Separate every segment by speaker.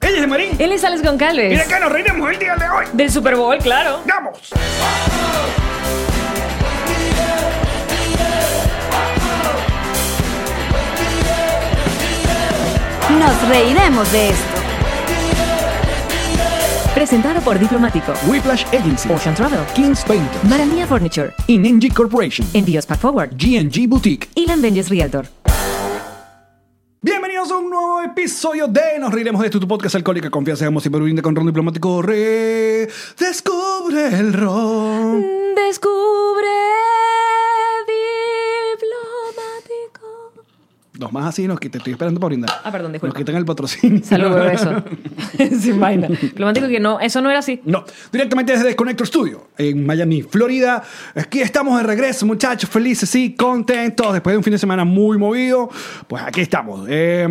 Speaker 1: de Marín.
Speaker 2: Él es Alex
Speaker 1: Y
Speaker 2: Goncalves.
Speaker 1: de qué nos reiremos el día de hoy.
Speaker 2: Del Super Bowl, claro.
Speaker 1: ¡Vamos!
Speaker 3: Nos reiremos de esto.
Speaker 2: Presentado por Diplomático,
Speaker 4: Whiplash Agency,
Speaker 2: Ocean Travel,
Speaker 4: Kings Painters,
Speaker 2: Maranía Furniture,
Speaker 4: ING Corporation,
Speaker 2: Envíos Pack Forward
Speaker 4: G&G Boutique.
Speaker 2: y Vengeance Realtor.
Speaker 4: Bienvenidos a un nuevo episodio de Nos Riremos de esto, tu podcast alcohólica. Confianza en siempre brinda con ron diplomático. Re descubre el ron.
Speaker 2: Descubre Diplomático.
Speaker 4: Dos más así, nos quita. Estoy esperando para brindar.
Speaker 2: Ah, perdón,
Speaker 4: Nos
Speaker 2: disculpa.
Speaker 4: quitan el patrocinio.
Speaker 2: Salud, bebé, eso. Sin vaina. Diplomático que no, eso no era así.
Speaker 4: No, directamente desde Desconector Studio, en Miami, Florida. Aquí estamos de regreso, muchachos, felices y contentos. Después de un fin de semana muy movido, pues aquí estamos. Eh,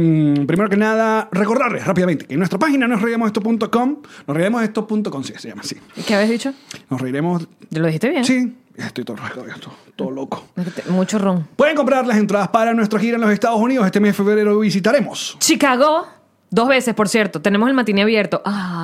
Speaker 4: primero que nada, recordarles rápidamente que en nuestra página nosreiremosesto.com, nosreiremosesto.com, sí, se llama así.
Speaker 2: ¿Qué habías dicho?
Speaker 4: Nos reiremos,
Speaker 2: Lo dijiste bien.
Speaker 4: sí, estoy todo, rasgado, estoy todo loco.
Speaker 2: Es que te- Mucho ron.
Speaker 4: Pueden comprar las entradas para nuestra gira en los Estados Unidos. Este mes de febrero visitaremos.
Speaker 2: Chicago. Dos veces, por cierto. Tenemos el matiné abierto. Ah,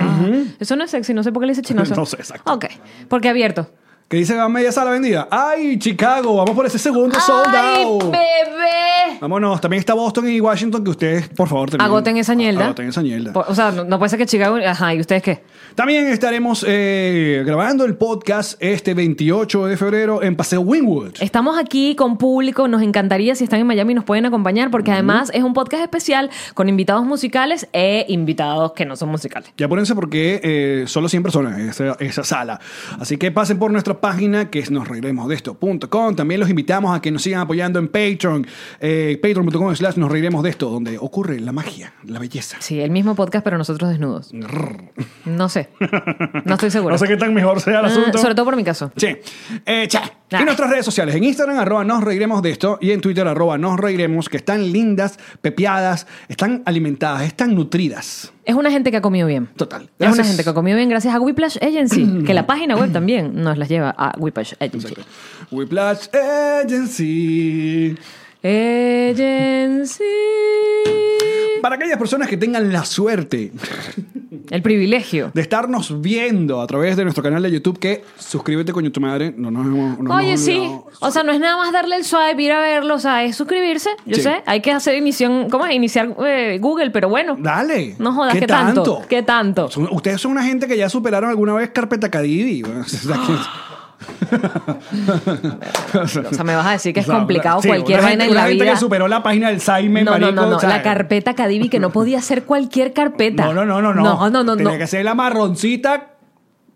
Speaker 2: eso no es sexy. No sé por qué le dice chinoso.
Speaker 4: No sé, exacto.
Speaker 2: Ok. Porque abierto.
Speaker 4: Que dice va media sala vendida. ¡Ay, Chicago! Vamos por ese segundo sold
Speaker 2: ¡Ay,
Speaker 4: out.
Speaker 2: bebé!
Speaker 4: Vámonos, también está Boston y Washington, que ustedes, por favor, también-
Speaker 2: Agoten esa ñelda.
Speaker 4: Ah, Agoten esa ñelda.
Speaker 2: Po- O sea, no, no puede ser que Chicago. Ajá, ¿y ustedes qué?
Speaker 4: También estaremos eh, grabando el podcast este 28 de febrero en Paseo Wynwood.
Speaker 2: Estamos aquí con público, nos encantaría si están en Miami nos pueden acompañar porque además es un podcast especial con invitados musicales e invitados que no son musicales.
Speaker 4: Ya pónganse porque eh, solo 100 personas en esa, esa sala. Así que pasen por nuestra página que es nosreiremosdeesto.com. También los invitamos a que nos sigan apoyando en Patreon. eh, Patreon.com slash nos reiremos de esto, donde ocurre la magia, la belleza.
Speaker 2: Sí, el mismo podcast pero nosotros desnudos. No sé, no estoy seguro. Ah,
Speaker 4: No sé qué tan mejor sea el asunto.
Speaker 2: Sobre todo por mi caso.
Speaker 4: Sí. Eh, cha.
Speaker 2: Ah.
Speaker 4: Y nuestras redes sociales, en Instagram, arroba nos reiremos de esto, y en Twitter, arroba nos reiremos, que están lindas, pepeadas, están alimentadas, están nutridas.
Speaker 2: Es una gente que ha comido bien.
Speaker 4: Total.
Speaker 2: Es una
Speaker 4: Gracias.
Speaker 2: gente que ha comido bien gracias a Whiplash Agency, que la página web también nos las lleva a Whiplash Agency.
Speaker 4: Whiplash Agency.
Speaker 2: Agency.
Speaker 4: Para aquellas personas que tengan la suerte
Speaker 2: El privilegio.
Speaker 4: de estarnos viendo a través de nuestro canal de YouTube, que suscríbete con tu madre, no nos hemos no
Speaker 2: Oye,
Speaker 4: hemos
Speaker 2: sí.
Speaker 4: olvidado.
Speaker 2: O sea, no es nada más darle el swipe, ir a verlo, o sea, es suscribirse. Yo
Speaker 4: Sí.
Speaker 2: sé, hay que hacer inición, ¿cómo es? Iniciar eh, Google, pero bueno.
Speaker 4: Dale.
Speaker 2: No jodas, ¿qué, tanto? ¿Qué tanto?
Speaker 4: Son- ustedes son una gente que ya superaron alguna vez Carpeta Cadivi. O sea, que-
Speaker 2: O sea, me vas a decir que es
Speaker 4: O sea,
Speaker 2: complicado
Speaker 4: sí,
Speaker 2: cualquier
Speaker 4: una
Speaker 2: vaina
Speaker 4: gente-
Speaker 2: en la
Speaker 4: una gente
Speaker 2: vida.
Speaker 4: que superó la página del Saime,
Speaker 2: No, no,
Speaker 4: marico,
Speaker 2: no, no.
Speaker 4: o sea,
Speaker 2: La carpeta Cadivi que no podía ser cualquier carpeta.
Speaker 4: No, no, no, no, no.
Speaker 2: No, no, no.
Speaker 4: Tenía
Speaker 2: no.
Speaker 4: que ser la marroncita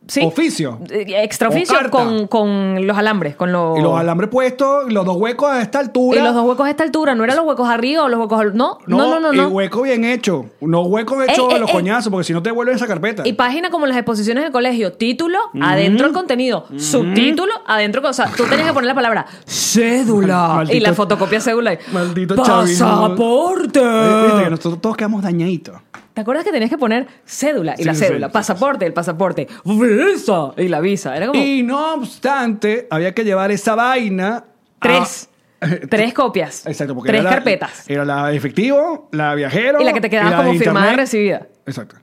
Speaker 2: Sí.
Speaker 4: oficio.
Speaker 2: Eh, Extra
Speaker 4: O
Speaker 2: oficio
Speaker 4: carta.
Speaker 2: con, con los alambres, con los.
Speaker 4: Y los alambres puestos, los dos huecos a esta
Speaker 2: y
Speaker 4: altura.
Speaker 2: los dos huecos a esta altura, no eran los huecos arriba o los huecos. al- No, no, no, no.
Speaker 4: Y
Speaker 2: no.
Speaker 4: hueco bien hecho. No hueco hecho
Speaker 2: Ey,
Speaker 4: de
Speaker 2: ey,
Speaker 4: los
Speaker 2: ey.
Speaker 4: coñazos, porque si no te devuelven esa carpeta. Eh,
Speaker 2: Y página como las exposiciones de colegio, título, adentro el contenido, subtítulo, adentro, o sea, tú tenías que poner la palabra cédula
Speaker 4: Maldito-
Speaker 2: y la fotocopia cédula. y,
Speaker 4: Maldito chavismo.
Speaker 2: Pasaporte.
Speaker 4: Eh, viste que nosotros todos quedamos dañaditos.
Speaker 2: ¿Te acuerdas que tenías que poner cédula y
Speaker 4: Sí,
Speaker 2: la
Speaker 4: sí,
Speaker 2: cédula,
Speaker 4: sí, sí,
Speaker 2: pasaporte, el pasaporte, visa y la visa? Era como
Speaker 4: Y no obstante, había que llevar esa vaina. a-
Speaker 2: tres, tres copias,
Speaker 4: Ah. Exacto, porque
Speaker 2: tres
Speaker 4: era la-
Speaker 2: carpetas
Speaker 4: Era la de efectivo, la de viajero.
Speaker 2: y la que te
Speaker 4: y
Speaker 2: quedaba
Speaker 4: la
Speaker 2: como
Speaker 4: de
Speaker 2: firmada y
Speaker 4: internet.
Speaker 2: recibida.
Speaker 4: Exacto.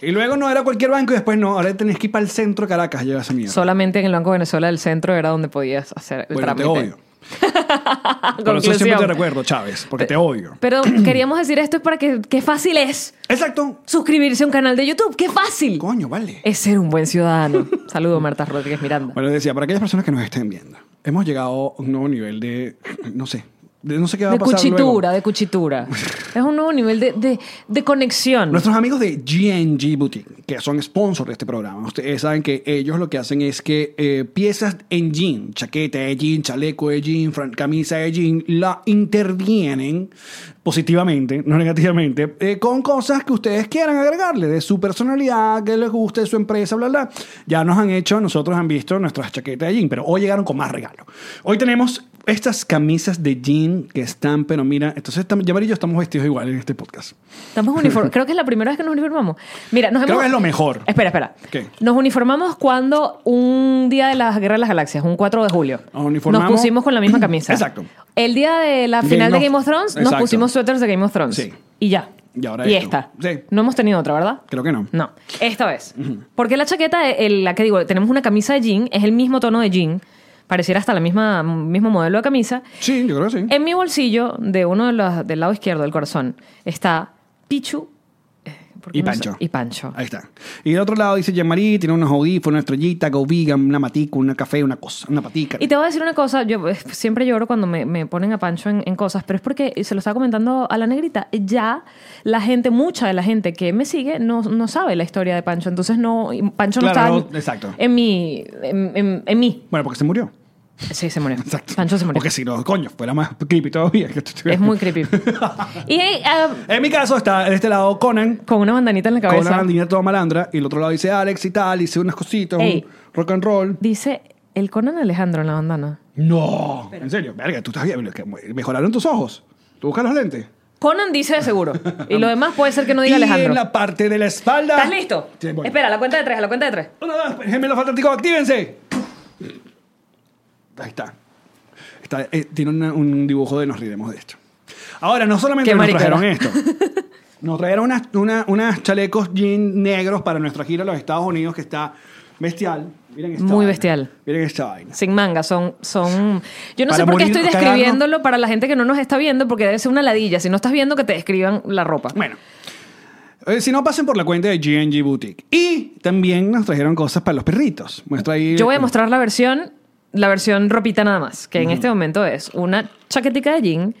Speaker 4: Y luego no era cualquier banco y después no. Ahora tenés que ir para el centro de Caracas a llevar esa mierda.
Speaker 2: Solamente en el Banco de Venezuela del Centro era donde podías hacer el
Speaker 4: Bueno, te
Speaker 2: trámite. Ah,
Speaker 4: odio. Por eso siempre te
Speaker 2: Conclusión.
Speaker 4: recuerdo, Chávez, porque te odio.
Speaker 2: Pero queríamos decir esto es para que qué fácil es
Speaker 4: Exacto.
Speaker 2: suscribirse a un canal de YouTube. ¡Qué fácil!
Speaker 4: Coño, vale.
Speaker 2: Es ser un buen ciudadano. Saludo, Marta Rodríguez Miranda.
Speaker 4: Bueno, decía, para aquellas personas que nos estén viendo, hemos llegado a un nuevo nivel de, no sé, de no sé qué va
Speaker 2: de
Speaker 4: a pasar luego.
Speaker 2: cuchitura, de cuchitura. Es un nuevo nivel de, de- de conexión.
Speaker 4: Nuestros amigos de GNG Boutique, que son sponsors de este programa, ustedes saben que ellos lo que hacen es que eh, piezas en jean, chaqueta de jean, chaleco de jean, fran- camisa de jean, la intervienen positivamente, no negativamente, eh, con cosas que ustedes quieran agregarle de su personalidad, que les guste de su empresa, bla, bla. Ya nos han hecho, nosotros han visto nuestras chaquetas de jean, pero hoy llegaron con más regalos. Hoy tenemos estas camisas de jean que están, pero mira, entonces tam- Yamari y yo estamos vestidos igual en este podcast.
Speaker 2: Estamos uniformados. Creo que es la primera vez que nos uniformamos. Mira, nos
Speaker 4: Creo
Speaker 2: hemos-
Speaker 4: que es lo mejor.
Speaker 2: Espera, espera.
Speaker 4: ¿Qué?
Speaker 2: Nos uniformamos cuando un día de las Guerras de las Galaxias, un 4 de julio.
Speaker 4: Nos uniformamos-
Speaker 2: Nos pusimos con la misma camisa.
Speaker 4: Exacto.
Speaker 2: El día de la
Speaker 4: Game
Speaker 2: final de
Speaker 4: of-
Speaker 2: Game of Thrones, nos
Speaker 4: Exacto.
Speaker 2: pusimos suéteres de Game of Thrones.
Speaker 4: Sí.
Speaker 2: Y ya.
Speaker 4: Y ahora
Speaker 2: Y
Speaker 4: esto.
Speaker 2: esta.
Speaker 4: Sí.
Speaker 2: No hemos tenido otra, ¿verdad?
Speaker 4: Creo que no.
Speaker 2: No, esta vez. Porque la chaqueta, el- la que digo, tenemos una camisa de jean, es el mismo tono de jean, pareciera hasta el mismo modelo de camisa.
Speaker 4: Sí, yo creo que sí.
Speaker 2: En mi bolsillo, de uno de los, del lado izquierdo del corazón, está Pichu eh, ¿por qué
Speaker 4: Y
Speaker 2: no sé?
Speaker 4: Pancho.
Speaker 2: Y Pancho.
Speaker 4: Ahí está. Y del otro lado dice Jean-Marie, tiene unos audífonos, una estrellita, go vegan, una matica, una café, una cosa, una patica.
Speaker 2: Y te voy a decir una cosa, yo eh, siempre lloro cuando me, me ponen a Pancho en, en cosas, pero es porque y se lo estaba comentando a la negrita, ya la gente, mucha de la gente que me sigue no, no sabe la historia de Pancho, entonces no, y Pancho
Speaker 4: Claro,
Speaker 2: no está
Speaker 4: no, exacto.
Speaker 2: en mi, en, en- en mí.
Speaker 4: Bueno, porque se murió.
Speaker 2: Sí, se murió.
Speaker 4: Exacto.
Speaker 2: Pancho se murió.
Speaker 4: Porque si no, coño, fuera más creepy todavía.
Speaker 2: Es muy creepy. y eh, ah,
Speaker 4: En mi caso está de este lado Conan,
Speaker 2: con una bandanita en la
Speaker 4: con
Speaker 2: cabeza.
Speaker 4: la línea toda malandra, y el otro lado dice Alex y tal, dice unas cositas,
Speaker 2: Ey.
Speaker 4: un rock and roll.
Speaker 2: Dice el Conan Alejandro en la bandana.
Speaker 4: No, en serio, verga, tú estás bien, que mejoraron tus ojos. Tú buscas los lentes.
Speaker 2: Conan dice de seguro. Y lo demás puede ser que no diga
Speaker 4: y
Speaker 2: Alejandro.
Speaker 4: en la parte de la espalda.
Speaker 2: ¿Estás listo?
Speaker 4: Sí, voy.
Speaker 2: Espera, a la cuenta de tres, a la cuenta de tres.
Speaker 4: Una, dos, gemelos fantásticos, actívense. Ahí está. Está, eh, tiene una- un dibujo de nos riremos de esto. Ahora, no solamente
Speaker 2: Qué
Speaker 4: nos
Speaker 2: maricona.
Speaker 4: trajeron esto. Nos trajeron unas, una- unas chalecos jean negros para nuestra gira a los Estados Unidos que está bestial. Miren esta
Speaker 2: Muy
Speaker 4: vaina.
Speaker 2: bestial.
Speaker 4: Miren esta vaina.
Speaker 2: Sin manga, son. son... Yo no
Speaker 4: Para
Speaker 2: sé por qué
Speaker 4: morir,
Speaker 2: estoy
Speaker 4: cagarnos.
Speaker 2: describiéndolo para la gente que no nos está viendo, porque debe ser una ladilla. Si no estás viendo, que te describan la ropa.
Speaker 4: Bueno. eh, si no, pasen por la cuenta de GNG Boutique. Y también nos trajeron cosas para los perritos. Muestra ahí.
Speaker 2: Yo voy a mostrar la versión, la versión ropita nada más, que en este momento es una chaquetica de jean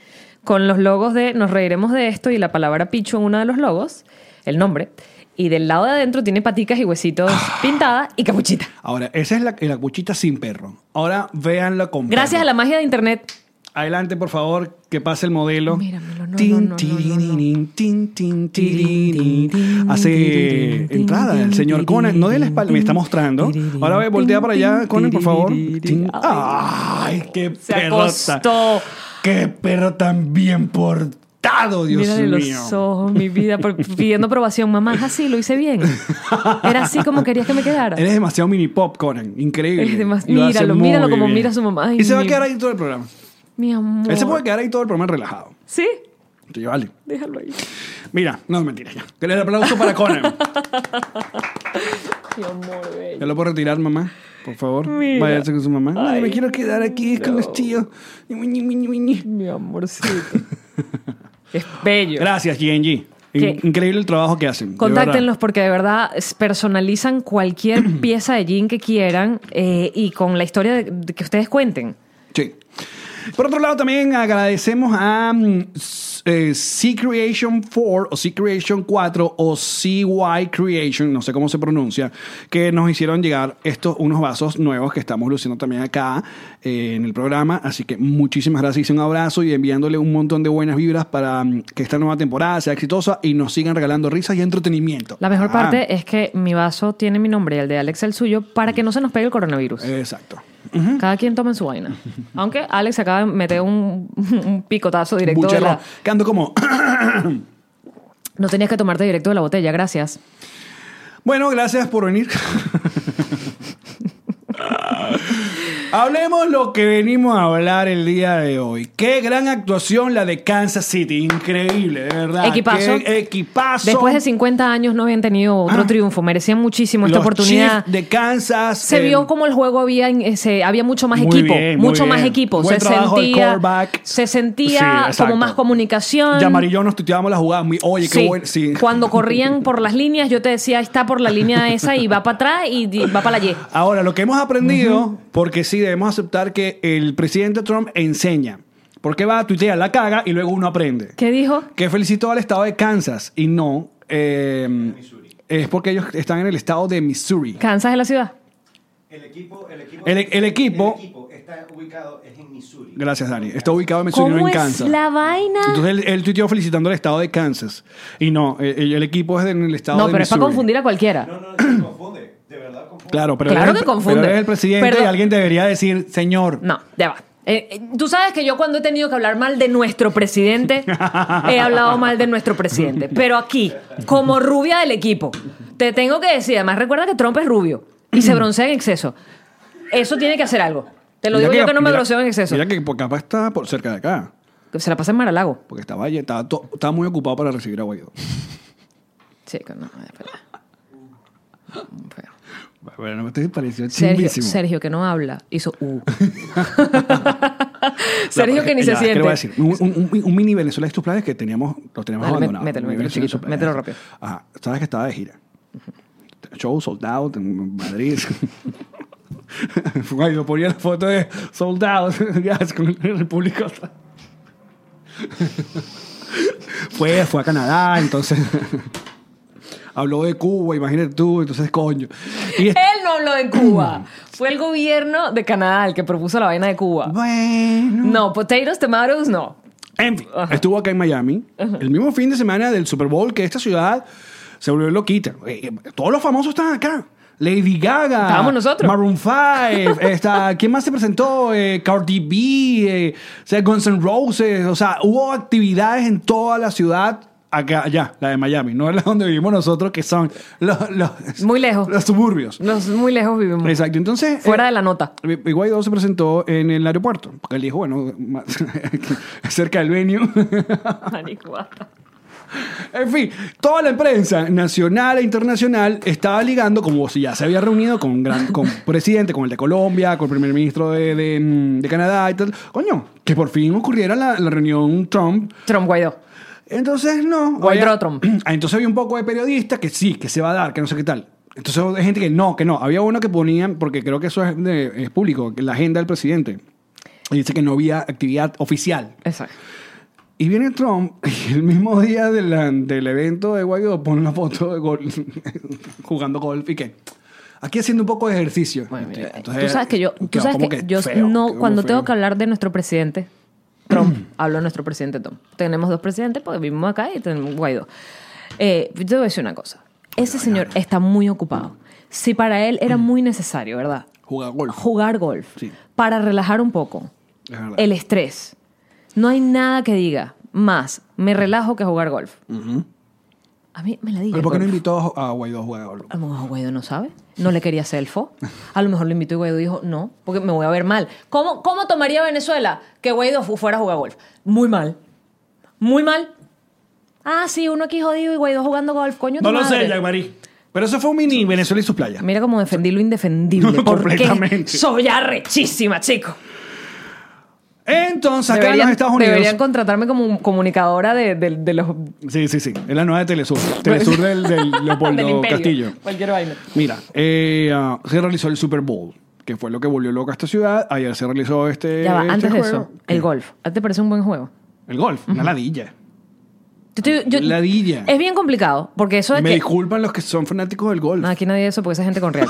Speaker 2: con los logos de Nos reiremos de esto y la palabra Pichu en uno de los logos, el nombre. Y del lado de adentro tiene paticas y huesitos
Speaker 4: Ah.
Speaker 2: pintadas y capuchita.
Speaker 4: Ahora, esa es la, la cuchita sin perro. Ahora véanla con
Speaker 2: Gracias
Speaker 4: perro.
Speaker 2: a la magia de internet.
Speaker 4: Adelante, por favor, que pase el modelo.
Speaker 2: Míramelo, no,
Speaker 4: Tin,
Speaker 2: no, no,
Speaker 4: tirinin, tin, tin, tirinin.
Speaker 2: Tin,
Speaker 4: Hace
Speaker 2: tin, tin,
Speaker 4: entrada
Speaker 2: tin,
Speaker 4: el
Speaker 2: tin,
Speaker 4: señor
Speaker 2: tin,
Speaker 4: Conan. No de la
Speaker 2: tin,
Speaker 4: espalda, me está
Speaker 2: tin,
Speaker 4: mostrando.
Speaker 2: tin,
Speaker 4: Ahora ve, voltea para allá,
Speaker 2: tin,
Speaker 4: Conan, por
Speaker 2: tin,
Speaker 4: favor.
Speaker 2: tin,
Speaker 4: Tin.
Speaker 2: tin.
Speaker 4: ¡Ay, qué
Speaker 2: Se
Speaker 4: perrota!
Speaker 2: acostó.
Speaker 4: ¡Qué perro tan bien portado, Dios
Speaker 2: Mírale los
Speaker 4: mío!
Speaker 2: ojos, mi vida, por- pidiendo aprobación. Mamá, es así, lo hice bien. Era así como querías que me quedara.
Speaker 4: Eres demasiado mini pop, Conan. Increíble.
Speaker 2: Es demas-
Speaker 4: Lo hace
Speaker 2: míralo,
Speaker 4: muy
Speaker 2: míralo como
Speaker 4: bien.
Speaker 2: mira a su mamá. Ay,
Speaker 4: y se va a
Speaker 2: mi-
Speaker 4: quedar ahí todo el programa.
Speaker 2: Mi amor.
Speaker 4: Él se puede quedar ahí todo el programa relajado.
Speaker 2: ¿Sí?
Speaker 4: Te vale.
Speaker 2: Déjalo ahí.
Speaker 4: Mira, no, mentira, ya. Que el aplauso para Conan.
Speaker 2: Mi amor, bello.
Speaker 4: Ya lo puedo retirar, mamá. Por favor,
Speaker 2: Mira.
Speaker 4: váyase con su mamá. No,
Speaker 2: Ay,
Speaker 4: me quiero quedar aquí con
Speaker 2: no.
Speaker 4: los tíos. Ñi, ñi, ñi, ñi.
Speaker 2: Mi amorcito. es bello.
Speaker 4: Gracias, GNG.
Speaker 2: ¿Qué?
Speaker 4: Increíble el trabajo que hacen. de
Speaker 2: Contáctenlos porque de verdad es- personalizan cualquier pieza de jean que quieran eh, y con la historia de- de que ustedes cuenten.
Speaker 4: verdad. Sí. Por otro lado, también agradecemos a mm, s- eh, C Creation 4 o C Creation 4 o CY Creation, no sé cómo se pronuncia, que nos hicieron llegar estos unos vasos nuevos que estamos luciendo también acá eh, en el programa. Así que muchísimas gracias y un abrazo y enviándole un montón de buenas vibras para mm, que esta nueva temporada sea exitosa y nos sigan regalando risas y entretenimiento.
Speaker 2: La mejor
Speaker 4: Ah,
Speaker 2: parte es que mi vaso tiene mi nombre y el de Alex el suyo
Speaker 4: Mm.
Speaker 2: para que no se nos pegue el coronavirus.
Speaker 4: Exacto.
Speaker 2: Cada quien toma en su vaina. Aunque Alex acaba de meter un, un picotazo directo de
Speaker 4: Bucherrón.
Speaker 2: la...
Speaker 4: Que ando como...
Speaker 2: No tenías que tomarte directo de la botella, gracias.
Speaker 4: Bueno, gracias por venir. Hablemos lo que venimos a hablar el día de hoy. Qué gran actuación la de Kansas City, increíble, de verdad.
Speaker 2: Equipazo.
Speaker 4: Qué equipazo.
Speaker 2: Después de 50 años no habían tenido otro
Speaker 4: Ah.
Speaker 2: triunfo, merecían muchísimo esta
Speaker 4: Los
Speaker 2: oportunidad.
Speaker 4: Chiefs de Kansas
Speaker 2: Se
Speaker 4: eh,
Speaker 2: vio como el juego había, en- eh, se- había mucho más
Speaker 4: Muy
Speaker 2: equipo,
Speaker 4: bien, muy
Speaker 2: mucho más
Speaker 4: bien.
Speaker 2: equipo.
Speaker 4: Buen
Speaker 2: se,
Speaker 4: trabajo del
Speaker 2: sentía,
Speaker 4: quarterback.
Speaker 2: se
Speaker 4: Sí,
Speaker 2: sentía
Speaker 4: exacto.
Speaker 2: como más comunicación.
Speaker 4: Yamar y yo nos tuteábamos la jugada. muy, Oye, qué
Speaker 2: Sí.
Speaker 4: bueno. Sí.
Speaker 2: Cuando corrían por las líneas, yo te decía, está por la línea esa y va para atrás y di- va para la Y.
Speaker 4: Ahora, lo que hemos aprendido, porque sí debemos aceptar que el presidente Trump enseña. Porque va a tuitear la caga y luego uno aprende.
Speaker 2: ¿Qué dijo?
Speaker 4: que felicitó al estado de Kansas y no eh, es porque ellos están en el estado de Missouri.
Speaker 2: ¿Kansas es la ciudad?
Speaker 1: El equipo, el equipo,
Speaker 4: El- el equipo-
Speaker 1: el equipo está ubicado es en Missouri.
Speaker 4: Gracias, Dani. Está ubicado en Missouri,
Speaker 2: ¿Cómo
Speaker 4: no en
Speaker 2: es
Speaker 4: Kansas.
Speaker 2: la vaina?
Speaker 4: Entonces él, él tuiteó felicitando al estado de Kansas. Y no, eh, el, el equipo es en el estado
Speaker 2: no,
Speaker 4: de
Speaker 2: pero es para
Speaker 4: Missouri.
Speaker 2: confundir a cualquiera.
Speaker 1: No, no, se confunde, de verdad confunde.
Speaker 4: Claro, pero,
Speaker 2: Claro
Speaker 4: él es el-
Speaker 2: que confunde.
Speaker 4: pero él es el presidente
Speaker 2: Perdón.
Speaker 4: y alguien debería decir, señor.
Speaker 2: No, ya va. Eh, eh, tú sabes que yo cuando he tenido que hablar mal de nuestro presidente, he hablado mal de nuestro presidente. Pero aquí, como rubia del equipo, te tengo que decir, además recuerda que Trump es rubio y se broncea en exceso. Eso tiene que hacer algo. Te lo
Speaker 4: Mira
Speaker 2: digo yo que no me
Speaker 4: mira-
Speaker 2: bronceo en exceso.
Speaker 4: Mira que por capaz está por cerca de acá.
Speaker 2: Se la pasa en Maralago.
Speaker 4: Porque estaba, estaba, to- estaba muy ocupado para recibir a Guaidó.
Speaker 2: Sí, que no, espera. Feo.
Speaker 4: Bueno, me te pareció
Speaker 2: Sergio,
Speaker 4: chimbísimo.
Speaker 2: Sergio que no habla, hizo uh. Sergio que ni se
Speaker 4: Ya, ¿qué le voy a
Speaker 2: siente.
Speaker 4: decir? Un, un- un- un mini Venezuela de estos planes que teníamos, los teníamos
Speaker 2: Dale,
Speaker 4: abandonados.
Speaker 2: mételo,
Speaker 4: Un mini
Speaker 2: mételo,
Speaker 4: Venezuela de
Speaker 2: chiquito,
Speaker 4: estos planes.
Speaker 2: mételo rápido.
Speaker 4: Ajá, sabes que estaba de gira. Show sold out en Madrid. Guaidó ponía la foto de sold out gracias, con el público atrás. fue, fue a Canadá, entonces habló de Cuba, imagínate tú, entonces coño. Y este-
Speaker 2: Él no habló de Cuba. Fue el gobierno de Canadá el que propuso la vaina de Cuba.
Speaker 4: bueno.
Speaker 2: No, potatoes, tomatoes, no.
Speaker 4: En fin, estuvo acá en Miami el mismo fin de semana del Super Bowl que esta ciudad se volvió loquita. Eh, eh, Todos los famosos están acá. Lady Gaga.
Speaker 2: Estábamos nosotros.
Speaker 4: Maroon 5. está, ¿Quién más se presentó? Eh, Cardi B. eh, o sea, Guns N' Roses. O sea, hubo actividades en toda la ciudad. Acá, allá, la de Miami. No es la donde vivimos nosotros, que son los, los-
Speaker 2: Muy lejos.
Speaker 4: los suburbios.
Speaker 2: Los muy lejos vivimos.
Speaker 4: Exacto. Entonces. eh,
Speaker 2: Fuera de la nota.
Speaker 4: y Guaidó se presentó en el aeropuerto, porque él dijo, bueno, más- cerca del venue.
Speaker 2: Marico, basta.
Speaker 4: en fin, toda la prensa nacional e internacional estaba ligando, como si ya se había reunido con un gran con un presidente, con el de Colombia, con el primer ministro de, de, mm, de Canadá y tal. Coño, que por fin ocurriera la, la reunión Trump.
Speaker 2: Trump Guaidó.
Speaker 4: Entonces, no.
Speaker 2: Guaidó
Speaker 4: había-
Speaker 2: Trump.
Speaker 4: Ah, Entonces había un poco de periodistas que sí, que se va a dar, que no sé qué tal. Entonces hay gente que no, que no. Había uno que ponían, porque creo que eso es, de- es público, que la agenda del presidente. Y dice que no había actividad oficial.
Speaker 2: Exacto.
Speaker 4: Y viene Trump y el mismo día de la- del evento de Guaidó pone una foto de gol, jugando golf y que aquí haciendo un poco de ejercicio.
Speaker 2: Bueno, mira,
Speaker 4: Entonces,
Speaker 2: tú sabes que yo, tú
Speaker 4: quedó
Speaker 2: sabes
Speaker 4: como
Speaker 2: que yo
Speaker 4: feo,
Speaker 2: no,
Speaker 4: quedó
Speaker 2: cuando
Speaker 4: feo.
Speaker 2: tengo que hablar de nuestro presidente Trump, hablo de nuestro presidente Trump. Tenemos dos presidentes porque vivimos acá y tenemos Guaidó. Eh, yo te voy a decir una cosa. Ese señor está muy ocupado. Si para él era muy necesario, ¿verdad?
Speaker 4: Jugar golf.
Speaker 2: Jugar golf
Speaker 4: Sí.
Speaker 2: para relajar un poco
Speaker 4: Es verdad.
Speaker 2: el estrés. No hay nada que diga más me relajo que jugar golf. A mí me la diga.
Speaker 4: Pero ¿por qué no
Speaker 2: golf.
Speaker 4: invitó a Guaidó a jugar golf?
Speaker 2: A lo mejor Guaidó no sabe. No le quería hacer el fo. A lo mejor lo invitó y Guaidó dijo, no, porque me voy a ver mal. ¿Cómo, cómo tomaría Venezuela que Guaidó fu- fuera a jugar golf? Muy mal. Muy mal. Ah, sí, uno aquí jodido y Guaidó jugando golf, coño. tu
Speaker 4: No lo sé,
Speaker 2: madre.
Speaker 4: Yagmarí. Pero eso fue un mini Venezuela y sus playas.
Speaker 2: Mira cómo defendí lo indefendible.
Speaker 4: No,
Speaker 2: ¿Por qué?
Speaker 4: completamente.
Speaker 2: Soy arrechísima, chico.
Speaker 4: Entonces, acá en
Speaker 2: Deberían-
Speaker 4: los Estados Unidos.
Speaker 2: Deberían contratarme como un comunicadora de, de- de los...
Speaker 4: Sí, sí, sí. Es la nueva de Telesur. Telesur del, del Leopoldo
Speaker 2: del imperio.
Speaker 4: Castillo.
Speaker 2: Cualquier vaina.
Speaker 4: Mira, eh, ah, se realizó el Super Bowl, que fue lo que volvió loca a esta ciudad. Ayer se realizó este.
Speaker 2: ya va,
Speaker 4: este
Speaker 2: antes de
Speaker 4: juego.
Speaker 2: eso, el golf. ¿A ti ¿Te parece un buen juego?
Speaker 4: El golf, una ladilla.
Speaker 2: Yo te- yo-
Speaker 4: Ladilla.
Speaker 2: Es bien complicado, porque eso
Speaker 4: Y
Speaker 2: de
Speaker 4: me
Speaker 2: que...
Speaker 4: disculpan los que son fanáticos del golf.
Speaker 2: No, aquí nadie de eso porque esa es gente con real.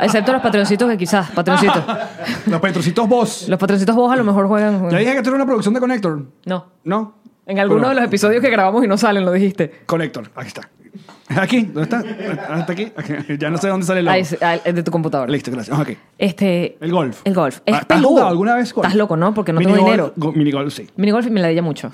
Speaker 2: Excepto los patroncitos que quizás, patroncitos.
Speaker 4: Los Petrocitos Vos.
Speaker 2: Los patroncitos vos a lo mejor juegan.
Speaker 4: Ya dije que tú eres una producción de Connector.
Speaker 2: No.
Speaker 4: ¿No?
Speaker 2: En alguno
Speaker 4: Pero-
Speaker 2: de los episodios que grabamos y no salen, lo dijiste.
Speaker 4: Connector, aquí está. Aquí, ¿dónde está? Hasta aquí. aquí. Ya no sé dónde sale el logo.
Speaker 2: Ahí se- ah, el de tu computadora.
Speaker 4: Listo, gracias. Ok.
Speaker 2: Este.
Speaker 4: El golf.
Speaker 2: El golf. Es
Speaker 4: Ah, ¿Has
Speaker 2: peludo.
Speaker 4: jugado alguna vez golf?
Speaker 2: Estás loco, ¿no? Porque no
Speaker 4: Minigolf-
Speaker 2: tengo dinero.
Speaker 4: go- Minigolf, sí.
Speaker 2: Minigolf me la dilla mucho.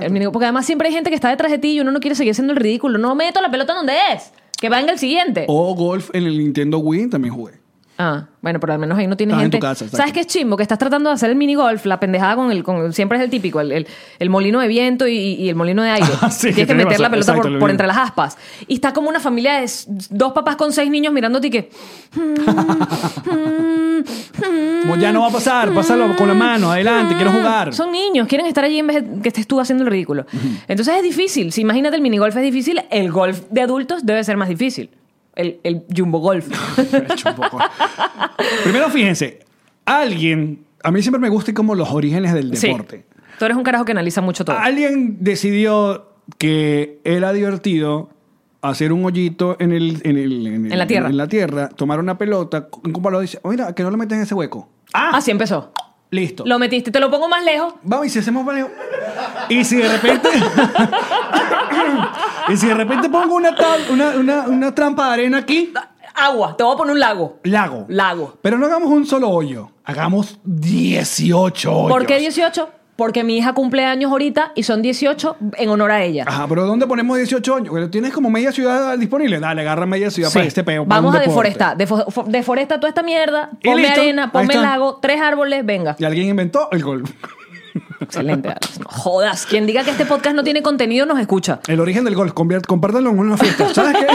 Speaker 2: El minigo- porque además siempre hay gente que está detrás de ti y uno no quiere seguir siendo el ridículo. No meto la pelota donde es. Que venga el siguiente.
Speaker 4: O golf en el Nintendo Wii también jugué.
Speaker 2: Ah, bueno, pero al menos ahí no tienes
Speaker 4: Estás en
Speaker 2: gente.
Speaker 4: tu casa, exacto.
Speaker 2: ¿Sabes qué es chimbo? Que estás tratando de hacer el mini golf, la pendejada con el. Con, siempre es el típico, el, el- el molino de viento y, y el molino de aire.
Speaker 4: Ah, sí,
Speaker 2: Y
Speaker 4: que
Speaker 2: tienes que
Speaker 4: tiene
Speaker 2: meter la
Speaker 4: razón,
Speaker 2: pelota
Speaker 4: exacto,
Speaker 2: por,
Speaker 4: lo
Speaker 2: por
Speaker 4: vi.
Speaker 2: entre las aspas. Y está como una familia de s- dos papás con seis niños mirándote y que.
Speaker 4: Como ya no va a pasar, pásalo con la mano, adelante, quiero jugar.
Speaker 2: Son niños, quieren estar allí en vez de que estés tú haciendo el ridículo. Entonces es difícil. Si imagínate el minigolf es difícil, el golf de adultos debe ser más difícil. El, el jumbo golf.
Speaker 4: Hecho un poco. Primero, fíjense, alguien, a mí siempre me gusta como los orígenes del
Speaker 2: Sí.
Speaker 4: deporte.
Speaker 2: Tú eres un carajo que analiza mucho todo.
Speaker 4: Alguien decidió que era divertido hacer un hoyito en, el, en, el- el-
Speaker 2: En la tierra.
Speaker 4: en la tierra, tomar una pelota, un palo dice, "Oh, mira, que no lo metes en ese hueco. Ah,
Speaker 2: Así empezó.
Speaker 4: listo.
Speaker 2: Lo metiste, te lo pongo más lejos.
Speaker 4: Vamos, y si hacemos parejo. Y si de repente. y si de repente pongo una, tab- una, una- una trampa de arena aquí,
Speaker 2: Agua, te voy a poner un lago.
Speaker 4: lago.
Speaker 2: Lago.
Speaker 4: Pero no hagamos un solo hoyo, hagamos 18 hoyos.
Speaker 2: ¿Por qué 18? Porque mi hija cumple años ahorita y son 18 en honor a ella.
Speaker 4: Ajá, pero ¿dónde ponemos 18 hoyos? Porque Tienes como media ciudad disponible. Dale, agarra media ciudad
Speaker 2: Sí.
Speaker 4: para este peo. para
Speaker 2: Vamos
Speaker 4: un
Speaker 2: a
Speaker 4: deporte.
Speaker 2: deforestar. Defo- fo- deforesta toda esta mierda.
Speaker 4: Y
Speaker 2: Ponme
Speaker 4: listo,
Speaker 2: arena,
Speaker 4: ahí
Speaker 2: ponme
Speaker 4: está.
Speaker 2: lago, tres árboles, venga.
Speaker 4: Y alguien inventó el golf.
Speaker 2: Excelente, Alex. No jodas. Quien diga que este podcast no tiene contenido nos escucha.
Speaker 4: El origen del golf, convier- compártanlo en una fiesta. ¿Sabes qué?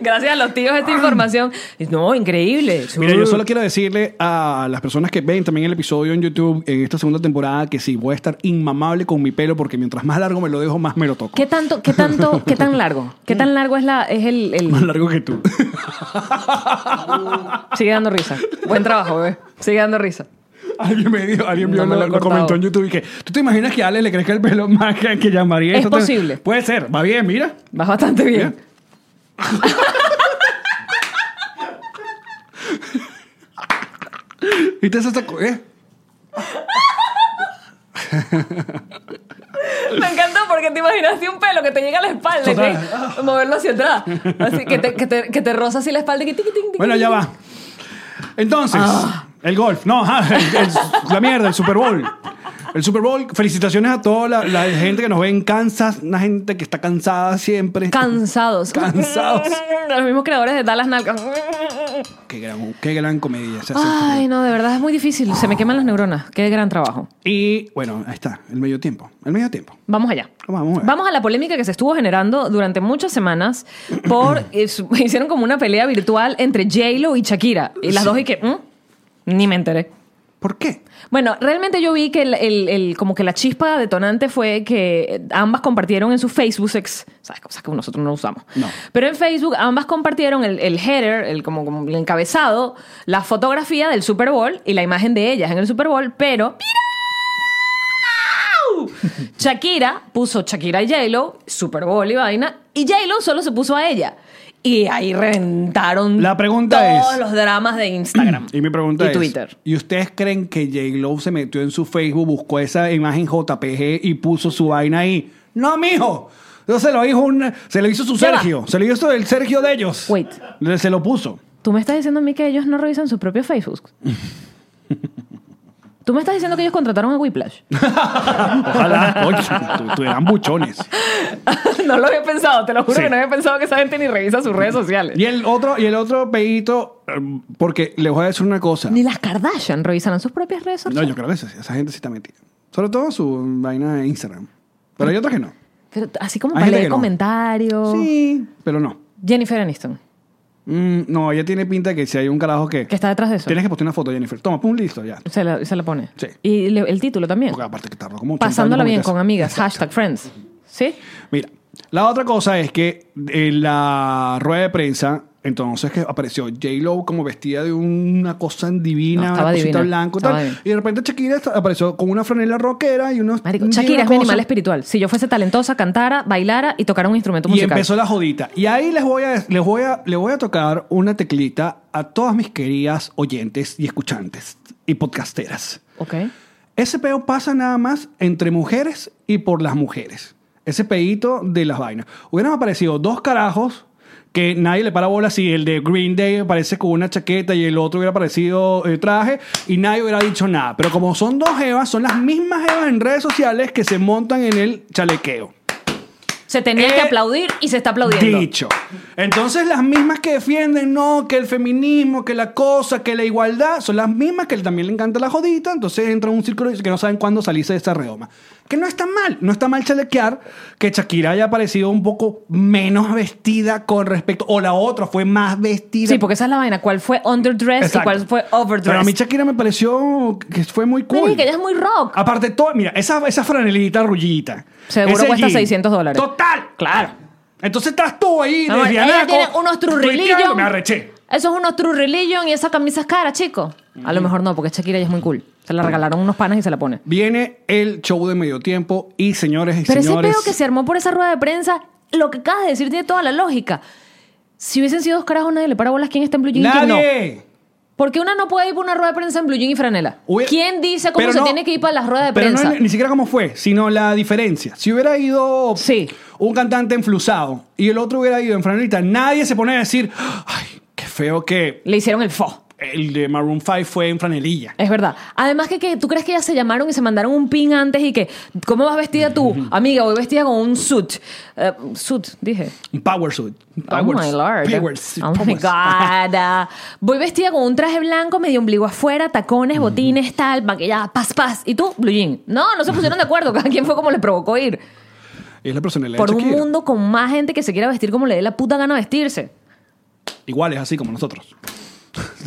Speaker 2: Gracias a los tíos esta información. No, increíble.
Speaker 4: Mira, yo solo quiero decirle a las personas que ven también el episodio en YouTube en esta segunda temporada que sí, voy a estar inmamable con mi pelo porque mientras más largo me lo dejo, más me lo toco.
Speaker 2: ¿Qué tanto, qué tanto, qué tan largo? ¿Qué tan largo es la, es el, el-
Speaker 4: Más largo que tú.
Speaker 2: Sigue dando risa. Buen trabajo, bebé. Sigue dando risa.
Speaker 4: alguien me dijo, alguien vio
Speaker 2: No me
Speaker 4: lo,
Speaker 2: lo he
Speaker 4: lo comentó
Speaker 2: cortado.
Speaker 4: en YouTube y que ¿tú te imaginas que a Ale le crezca el pelo más que, que llamaría?
Speaker 2: Es posible.
Speaker 4: Puede ser, va bien, mira.
Speaker 2: Vas bastante bien.
Speaker 4: Y te hace esta co- ¿eh?
Speaker 2: Me encantó porque te imaginaste un pelo que te llega a la espalda. y
Speaker 4: Total.
Speaker 2: que- Moverlo hacia atrás. Así que te, que te, que te roza así la espalda y que tiqui, tiqui, tiqui,
Speaker 4: Bueno, ya va. Entonces,
Speaker 2: Ah.
Speaker 4: el golf. No, ajá, el- el- la mierda, el Super Bowl. El Super Bowl, felicitaciones a toda la, la gente que nos ve en Kansas, una gente que está cansada siempre.
Speaker 2: Cansados.
Speaker 4: Cansados.
Speaker 2: Los mismos creadores de Dallas Nalgas.
Speaker 4: qué, gran, qué gran comedia. se hace este
Speaker 2: Ay, no, de verdad es muy difícil. Se me queman las neuronas. Qué gran trabajo.
Speaker 4: Y bueno, ahí está, el medio tiempo. El medio tiempo.
Speaker 2: Vamos allá.
Speaker 4: Vamos a ver.
Speaker 2: Vamos a la polémica que se estuvo generando durante muchas semanas por eh, su- hicieron como una pelea virtual entre J-Lo y Shakira. Y las
Speaker 4: Sí.
Speaker 2: dos y que "Mm, ni me enteré.
Speaker 4: ¿Por qué?
Speaker 2: Bueno, realmente yo vi que el, el- el- como que la chispa detonante fue que ambas compartieron en su Facebook, ex- ¿sabes? Cosas que nosotros no usamos.
Speaker 4: No.
Speaker 2: Pero en Facebook ambas compartieron el, el header, el, como, como el encabezado, la fotografía del Super Bowl y la imagen de ellas en el Super Bowl, pero... ¡Mirau! Shakira puso Shakira y J-Lo, Super Bowl y vaina, y J-Lo solo se puso a ella. Y ahí reventaron
Speaker 4: La pregunta
Speaker 2: todos
Speaker 4: es-
Speaker 2: los dramas de Instagram
Speaker 4: Y mi pregunta
Speaker 2: y
Speaker 4: es:
Speaker 2: Twitter.
Speaker 4: ¿Y ustedes creen que J. Lo se metió en su Facebook, buscó esa imagen JPG y puso su vaina ahí? No, mijo. Eso se lo dijo un, se lo hizo su
Speaker 2: Ya va.
Speaker 4: Sergio. Se lo hizo el Sergio de ellos.
Speaker 2: Wait.
Speaker 4: Le- Se lo puso.
Speaker 2: Tú me estás diciendo a mí que ellos no revisan su propio Facebook. Tú me estás diciendo que ellos contrataron a Whiplash.
Speaker 4: Ojalá. Oye, tu- tuvieran buchones.
Speaker 2: no lo había pensado, te lo juro
Speaker 4: Sí.
Speaker 2: que no había pensado que esa gente ni revisa sus redes sociales.
Speaker 4: Y el otro, y el otro pedito, eh, porque les voy a decir una cosa.
Speaker 2: Ni las Kardashian revisarán sus propias redes
Speaker 4: No,
Speaker 2: sociales.
Speaker 4: yo creo que esa, esa gente sí está metida. Sobre todo su vaina de Instagram. Pero hay otras que no.
Speaker 2: Pero así como
Speaker 4: Hay
Speaker 2: para
Speaker 4: gente
Speaker 2: leer
Speaker 4: que no.
Speaker 2: comentarios.
Speaker 4: Sí, pero no.
Speaker 2: Jennifer Aniston,
Speaker 4: Mm, no, ella tiene pinta de que si hay un carajo que...
Speaker 2: que está detrás de eso.
Speaker 4: Tienes que postear una foto, Jennifer. Toma, pum, listo, ya.
Speaker 2: Se, la, se la pone.
Speaker 4: Sí.
Speaker 2: Y le- el título también.
Speaker 4: Porque aparte que tardó como 80
Speaker 2: Pasándola
Speaker 4: años
Speaker 2: bien
Speaker 4: como
Speaker 2: con
Speaker 4: que-
Speaker 2: amigas. Hashtag friends. ¿Sí?
Speaker 4: Mira, la otra cosa es que en la rueda de prensa, entonces que apareció J-Lo como vestida de una cosa divina,
Speaker 2: No,
Speaker 4: una
Speaker 2: estaba
Speaker 4: cosita
Speaker 2: divina,
Speaker 4: blanca y
Speaker 2: estaba
Speaker 4: tal.
Speaker 2: divina.
Speaker 4: Y de repente Shakira esta- apareció con una franela rockera y unos...
Speaker 2: Marico,
Speaker 4: y una
Speaker 2: Shakira es mi
Speaker 4: cosa.
Speaker 2: animal espiritual. Si yo fuese talentosa, cantara, bailara y tocara un instrumento
Speaker 4: Y
Speaker 2: musical.
Speaker 4: empezó la jodita. Y ahí les voy, a, les, voy a, les voy a tocar una teclita a todas mis queridas oyentes y escuchantes y podcasteras.
Speaker 2: Ok.
Speaker 4: Ese peo pasa nada más entre mujeres y por las mujeres. Ese peito de las vainas. Hubieran aparecido dos carajos que nadie le para bola si el de Green Day aparece con una chaqueta y el otro hubiera aparecido eh, traje y nadie hubiera dicho nada. Pero como son dos evas, son las mismas evas en redes sociales que se montan en el chalequeo.
Speaker 2: Se tenía
Speaker 4: Eh,
Speaker 2: que aplaudir y se está aplaudiendo.
Speaker 4: Dicho. Entonces las mismas que defienden, no, que el feminismo, que la cosa, que la igualdad, son las mismas que también le encanta la jodita, entonces entra en un círculo que no saben cuándo salirse de esta redoma. Que no está mal, no está mal chalequear que Shakira haya parecido un poco menos vestida con respecto, o la otra fue más vestida.
Speaker 2: Sí, porque esa es la vaina. ¿Cuál fue underdress y
Speaker 4: Exacto.
Speaker 2: cuál fue overdress?
Speaker 4: Pero a mí Shakira me pareció que fue muy cool.
Speaker 2: Marica, ella es muy rock.
Speaker 4: Aparte, todo, mira, esa, esa franelita rullita.
Speaker 2: Seguro
Speaker 4: ese
Speaker 2: cuesta
Speaker 4: jean.
Speaker 2: 600 dólares.
Speaker 4: Total.
Speaker 2: Claro.
Speaker 4: Entonces estás tú ahí
Speaker 2: No,
Speaker 4: desde
Speaker 2: ella
Speaker 4: Anaco,
Speaker 2: tiene unos
Speaker 4: tuiteando,
Speaker 2: trurrilillos.
Speaker 4: Me arreché.
Speaker 2: Eso es unos true religion y esa camisa es cara, chico. A lo mejor no, porque Shakira ya es muy cool. Se la regalaron unos panas y se la pone.
Speaker 4: Viene el show de medio tiempo y señores y
Speaker 2: Pero
Speaker 4: señores.
Speaker 2: ese peo que se armó por esa rueda de prensa, lo que acabas de decir tiene toda la lógica. Si hubiesen sido dos carajos, nadie le para bolas quién está en blue jean y quién no.
Speaker 4: Nadie.
Speaker 2: Porque una no puede ir por una rueda de prensa en blue jean y franela.
Speaker 4: Hubiera-
Speaker 2: ¿Quién dice cómo
Speaker 4: Pero
Speaker 2: se
Speaker 4: no-
Speaker 2: tiene que ir para las ruedas de
Speaker 4: pero no
Speaker 2: prensa?
Speaker 4: ni siquiera cómo fue, sino la diferencia. Si hubiera ido
Speaker 2: Sí.
Speaker 4: un cantante enflusado y el otro hubiera ido en franelita, nadie se pone a decir, ay, qué feo que
Speaker 2: Le hicieron el fo.
Speaker 4: el de Maroon 5 fue en franelilla.
Speaker 2: Es verdad. Además que, que tú crees que ellas se llamaron y se mandaron un pin antes y que, ¿cómo vas vestida tú? Amiga, voy vestida con un suit. Eh, suit, dije.
Speaker 4: Un power suit. un
Speaker 2: Oh
Speaker 4: power
Speaker 2: my
Speaker 4: suit,
Speaker 2: lord.
Speaker 4: power suit,
Speaker 2: oh my
Speaker 4: power suit.
Speaker 2: god. Ah, voy vestida con un traje blanco, medio ombligo afuera, tacones, botines, tal, maquillada, pas, pas. ¿Y tú? Blue jean. No, no se pusieron de acuerdo. Cada quien fue como le provocó ir.
Speaker 4: Es la personalidad
Speaker 2: Por
Speaker 4: de
Speaker 2: un
Speaker 4: Shakira.
Speaker 2: mundo con más gente que se quiera vestir como le dé la puta gana vestirse.
Speaker 4: Igual es así como nosotros.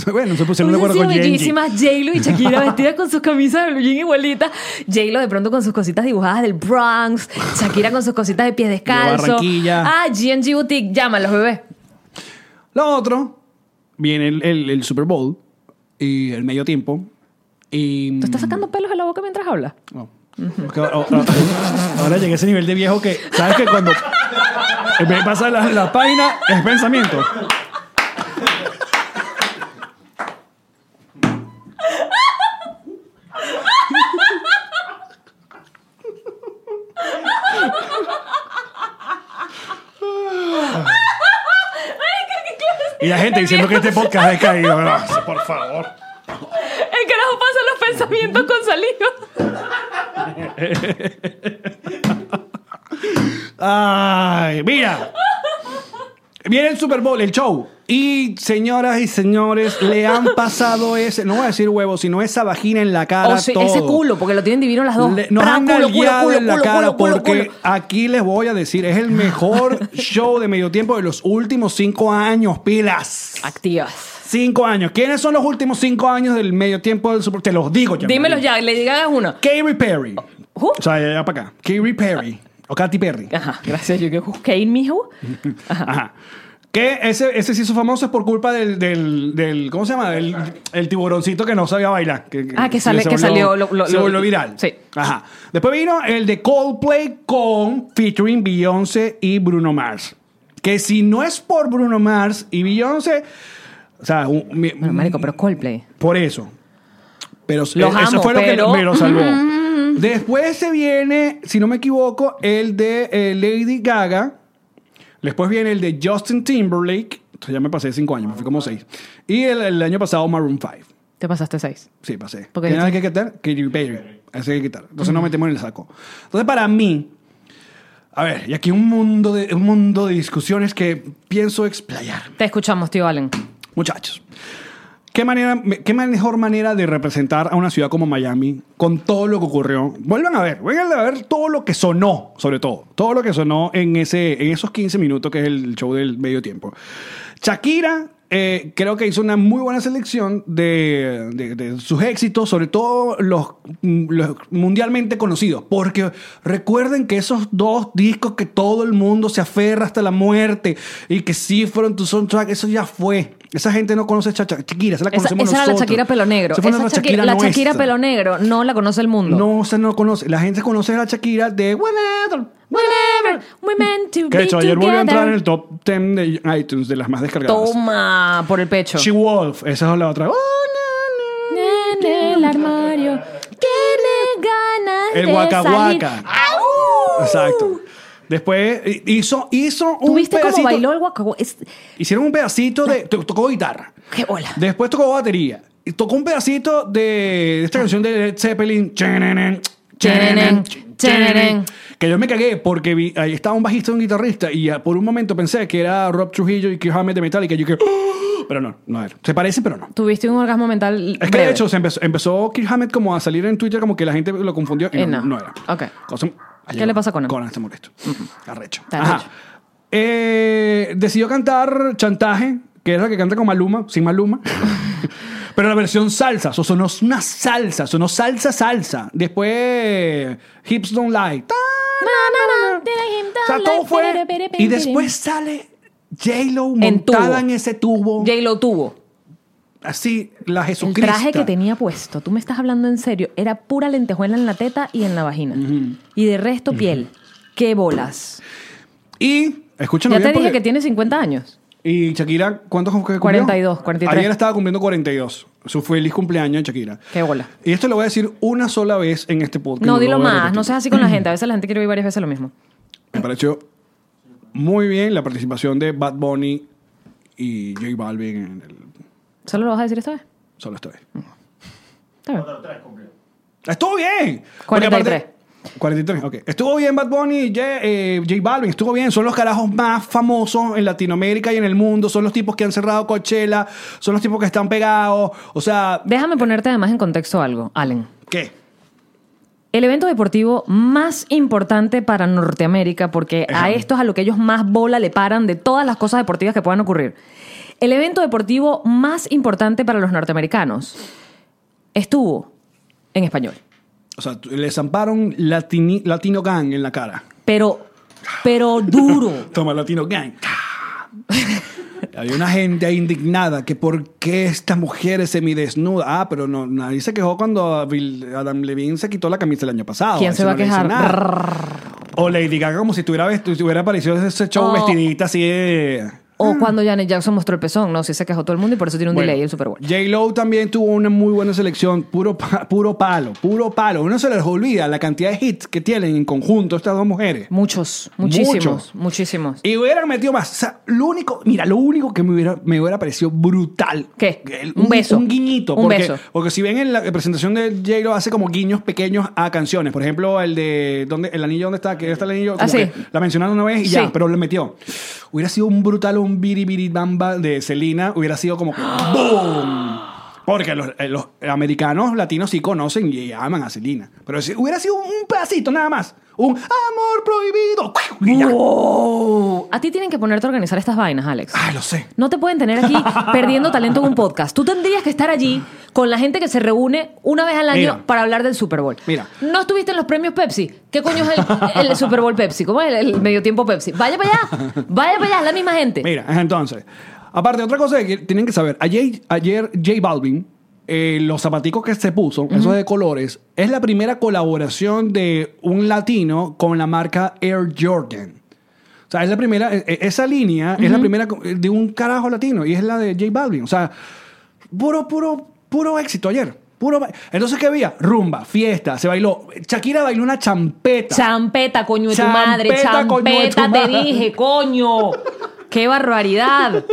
Speaker 4: bueno, se pusieron
Speaker 2: Hubiesen
Speaker 4: de acuerdo
Speaker 2: sido
Speaker 4: con Jenji.
Speaker 2: bellísimas J-Lo y Shakira vestidas con sus camisas de blue jean igualitas. J-Lo de pronto con sus cositas dibujadas del Bronx. Shakira con sus cositas de pies descalzos.
Speaker 4: Barranquilla.
Speaker 2: Ah, G&G Boutique. Llámalos, bebé.
Speaker 4: Lo otro, viene el, el- el Super Bowl y el medio tiempo. Y,
Speaker 2: ¿Tú estás sacando pelos de la boca mientras hablas?
Speaker 4: No. Es que ahora, ahora- ahora llegué a ese nivel de viejo que, ¿sabes que Cuando me pasa la, la página, es pensamiento. Y la gente diciendo que este podcast es caído. No, por favor.
Speaker 2: El carajo pasa los pensamientos con saliva.
Speaker 4: Ay, mira. Viene el Super Bowl, el show. Y señoras y señores, le han pasado ese, no voy a decir huevo, sino esa vagina en la cara.
Speaker 2: O sea,
Speaker 4: todo.
Speaker 2: ese culo, porque lo tienen divino las dos.
Speaker 4: Le- nos
Speaker 2: Pra,
Speaker 4: han
Speaker 2: culo, culo,
Speaker 4: galgueado
Speaker 2: culo,
Speaker 4: en la
Speaker 2: culo,
Speaker 4: cara
Speaker 2: culo, culo,
Speaker 4: porque
Speaker 2: culo.
Speaker 4: aquí les voy a decir, es el mejor show de medio tiempo de los últimos cinco años, pilas.
Speaker 2: Activas.
Speaker 4: Cinco años. ¿Quiénes son los últimos cinco años del medio tiempo del Super Te los digo ya.
Speaker 2: Dímelo ya, le llegas a uno.
Speaker 4: Katy Perry.
Speaker 2: Who?
Speaker 4: O sea, ya, ya para acá. Katy Perry. O Katy Perry.
Speaker 2: Ajá, gracias. Yo que busqué en mi hijo.
Speaker 4: Ajá. Que ese, ese se hizo famoso es por culpa del, del, del- ¿cómo se llama? El, el tiburoncito que no sabía bailar. Que,
Speaker 2: Ah, que sale-
Speaker 4: se
Speaker 2: que
Speaker 4: volvió-
Speaker 2: salió lo- lo-
Speaker 4: se
Speaker 2: lo-
Speaker 4: volvió viral.
Speaker 2: sí.
Speaker 4: Ajá. Después vino el de Coldplay con featuring Beyoncé y Bruno Mars. Que si no es por Bruno Mars y Beyoncé, o sea, un- mi-
Speaker 2: Bueno, marico, pero Coldplay.
Speaker 4: por eso. Pero eh,
Speaker 2: Los
Speaker 4: eso
Speaker 2: amo,
Speaker 4: fue lo
Speaker 2: pero-
Speaker 4: que me lo salvó. Después se viene, si no me equivoco, el de eh, Lady Gaga. Después viene el de Justin Timberlake. Entonces ya me pasé cinco años, me fui como seis. Y el, el año pasado Maroon 5.
Speaker 2: Te pasaste seis.
Speaker 4: Sí, pasé.
Speaker 2: Porque
Speaker 4: Porque hay
Speaker 2: yo-
Speaker 4: que quitar Katy Perry. Así hay que quitar. Entonces no metemos en el saco. Entonces para mí, a ver, y aquí un mundo de, un mundo de discusiones que pienso explayar.
Speaker 2: Te escuchamos, tío Allen.
Speaker 4: Muchachos, ¿qué, manera, ¿qué mejor manera de representar a una ciudad como Miami con todo lo que ocurrió? Vuelvan a ver, vuelvan a ver todo lo que sonó, sobre todo, todo lo que sonó en, ese, en esos 15 minutos que es el show del medio tiempo. Shakira eh, creo que hizo una muy buena selección de, de- de sus éxitos, sobre todo los, mm, los mundialmente conocidos, porque recuerden que esos dos discos que todo el mundo se aferra hasta la muerte y que sí fueron tu soundtrack, eso ya fue. Esa gente no conoce a Cha- Cha- Shakira, esa la
Speaker 2: Esa,
Speaker 4: conocemos
Speaker 2: esa era la
Speaker 4: nosotros.
Speaker 2: Shakira pelo negro.
Speaker 4: Esa fue
Speaker 2: Esa
Speaker 4: la
Speaker 2: Shakira- la
Speaker 4: nuestra.
Speaker 2: Shakira pelo negro no la conoce el mundo.
Speaker 4: No, se no conoce. La gente conoce a la Shakira de Whatever.
Speaker 2: Whatever, we meant to
Speaker 4: Que de
Speaker 2: be
Speaker 4: hecho,
Speaker 2: together.
Speaker 4: ayer volvió a entrar en el top 10 de iTunes, de las más descargadas.
Speaker 2: Toma, por el pecho.
Speaker 4: She Wolf, esa es la otra. Oh, na, na.
Speaker 2: En el armario. ¿Qué le ganas
Speaker 4: El
Speaker 2: de
Speaker 4: Waka
Speaker 2: salir?
Speaker 4: Waka.
Speaker 2: ¡Au!
Speaker 4: Exacto. Después eh, hizo, hizo un
Speaker 2: ¿Tú viste
Speaker 4: pedacito.
Speaker 2: Uh. cómo bailó el Waka Waka? Es-
Speaker 4: Hicieron un pedacito de. to- Tocó guitarra.
Speaker 2: ¡Qué bola!
Speaker 4: Después tocó batería. Y tocó un pedacito de esta canción de Led Zeppelin. Chenenen, chenenen, chenenen. Que yo me cagué porque vi- ahí estaba un bajista y un guitarrista. Y ah, por un momento pensé que era Rob Trujillo y Kirk Hammett de Metallica. Y yo que. "Ah", Pero no, no era. Se parece, pero no.
Speaker 2: Tuviste un orgasmo mental.
Speaker 4: Es que
Speaker 2: breve.
Speaker 4: de hecho se empezó, empezó Kirk Hammett como a salir en Twitter como que la gente lo confundió y
Speaker 2: Eh,
Speaker 4: no,
Speaker 2: no.
Speaker 4: no era.
Speaker 2: Ok.
Speaker 4: Cosa-
Speaker 2: ¿Qué le pasa a Conan?
Speaker 4: Conan está este molesto. Arrecho.
Speaker 2: Está
Speaker 4: Ajá.
Speaker 2: arrecho.
Speaker 4: Eh, decidió cantar Chantaje, que es la que canta con Maluma, sin Maluma. Pero la versión salsa, eso sonó una salsa, sonó salsa, salsa. Después, Hips Don't Lie. Ta- O sea, todo fue. Y después sale J-Lo
Speaker 2: En tubo.
Speaker 4: montada en ese tubo.
Speaker 2: J-Lo tuvo.
Speaker 4: Así, la
Speaker 2: El
Speaker 4: Jesucristo.
Speaker 2: traje que tenía puesto, tú me estás hablando en serio, era pura lentejuela en la teta y en la vagina. Y de resto, piel. ¡Qué bolas!
Speaker 4: Y, escúchame
Speaker 2: ya te
Speaker 4: bien
Speaker 2: dije
Speaker 4: porque-
Speaker 2: que tiene 50 años.
Speaker 4: Y Shakira, ¿cuántos cumplió?
Speaker 2: 42, 43.
Speaker 4: Ayer estaba cumpliendo 42. Su feliz cumpleaños de Shakira.
Speaker 2: ¡Qué bola!
Speaker 4: Y esto lo voy a decir una sola vez en este podcast.
Speaker 2: No,
Speaker 4: lo
Speaker 2: dilo
Speaker 4: voy a
Speaker 2: más,
Speaker 4: repetir.
Speaker 2: no seas así con la gente. A veces la gente quiere oír varias veces lo mismo.
Speaker 4: Me pareció muy bien la participación de Bad Bunny y J Balvin en el
Speaker 2: ¿Solo lo vas a decir esta vez?
Speaker 4: Solo estoy.
Speaker 2: Mm. Está bien.
Speaker 1: Otro tres cumplió.
Speaker 4: ¡Estuvo bien!
Speaker 2: 43.
Speaker 4: Porque 43, ok. Estuvo bien Bad Bunny, J, eh, J Balvin, estuvo bien. Son los carajos más famosos en Latinoamérica y en el mundo. Son los tipos que han cerrado Coachella. Son los tipos que están pegados. O sea,
Speaker 2: Déjame ponerte además en contexto algo, Allen.
Speaker 4: ¿qué?
Speaker 2: El evento deportivo más importante para Norteamérica, porque a esto es a lo que ellos más bola le paran de todas las cosas deportivas que puedan ocurrir. El evento deportivo más importante para los norteamericanos estuvo en español.
Speaker 4: O sea, tú- le zamparon latini- Latino Gang en la cara.
Speaker 2: Pero, pero duro.
Speaker 4: Toma, Latino Gang. Había una gente ahí indignada que por qué esta mujer es semidesnuda. Ah, pero no, nadie se quejó cuando Bill- Adam Levine se quitó la camisa el año pasado.
Speaker 2: ¿Quién
Speaker 4: Ahí
Speaker 2: se va a
Speaker 4: no le dice
Speaker 2: quejar?
Speaker 4: nada. O Lady Gaga como si tuviera, vest- si hubiera aparecido en ese show
Speaker 2: O-
Speaker 4: vestidita así de...
Speaker 2: O cuando Janet Jackson mostró el pezón, no, si se quejó todo el mundo y por eso tiene un
Speaker 4: Bueno,
Speaker 2: delay en Super Bowl.
Speaker 4: J-Lo también tuvo una muy buena selección, puro, pa- puro palo, puro palo. Uno se les olvida la cantidad de hits que tienen en conjunto estas dos mujeres.
Speaker 2: Muchos, muchísimos,
Speaker 4: Muchos.
Speaker 2: muchísimos.
Speaker 4: Y hubieran metido más. O sea, lo único, mira, lo único que me hubiera, me hubiera parecido brutal.
Speaker 2: ¿Qué?
Speaker 4: El-
Speaker 2: Un beso.
Speaker 4: Un guiñito.
Speaker 2: Un
Speaker 4: porque,
Speaker 2: beso.
Speaker 4: Porque si ven en la presentación de J-Lo hace como guiños pequeños a canciones. Por ejemplo, el de ¿dónde, el anillo, ¿dónde está? que está el anillo? Como
Speaker 2: Ah, sí.
Speaker 4: que La mencionaron una vez y
Speaker 2: Sí.
Speaker 4: ya, pero lo metió. Hubiera sido un brutal, un biribiribamba de Selena. Hubiera sido como que ¡Boom! Porque los, eh, los americanos latinos sí conocen y aman a Selena. Pero si hubiera sido un pedacito nada más. Un amor prohibido. Y ya.
Speaker 2: A ti tienen que ponerte a organizar estas vainas, Alex.
Speaker 4: Ah, lo sé.
Speaker 2: No te pueden tener aquí perdiendo talento en un podcast. Tú tendrías que estar allí con la gente que se reúne una vez al año
Speaker 4: Mira.
Speaker 2: para hablar del Super Bowl.
Speaker 4: Mira.
Speaker 2: No estuviste en los premios Pepsi. ¿Qué coño es el, el Super Bowl Pepsi? ¿Cómo es el, el medio tiempo Pepsi? Vaya para allá. Vaya para allá. Es la misma gente.
Speaker 4: Mira, ajá, entonces. Aparte, otra cosa que tienen que saber. Ayer, ayer J Balvin, eh, los zapaticos que se puso, esos de colores, es la primera colaboración de un latino con la marca Air Jordan. O sea, es la primera, e- e- esa línea es la primera co- eh, de un carajo latino y es la de J Balvin. O sea, puro, puro, puro éxito ayer. Puro ba- Entonces, ¿qué había? Rumba, fiesta, se bailó. Shakira bailó una champeta.
Speaker 2: Champeta, coño de tu madre.
Speaker 4: Champeta, coño de tu
Speaker 2: Champeta, te
Speaker 4: madre.
Speaker 2: dije, coño. ¡Qué barbaridad!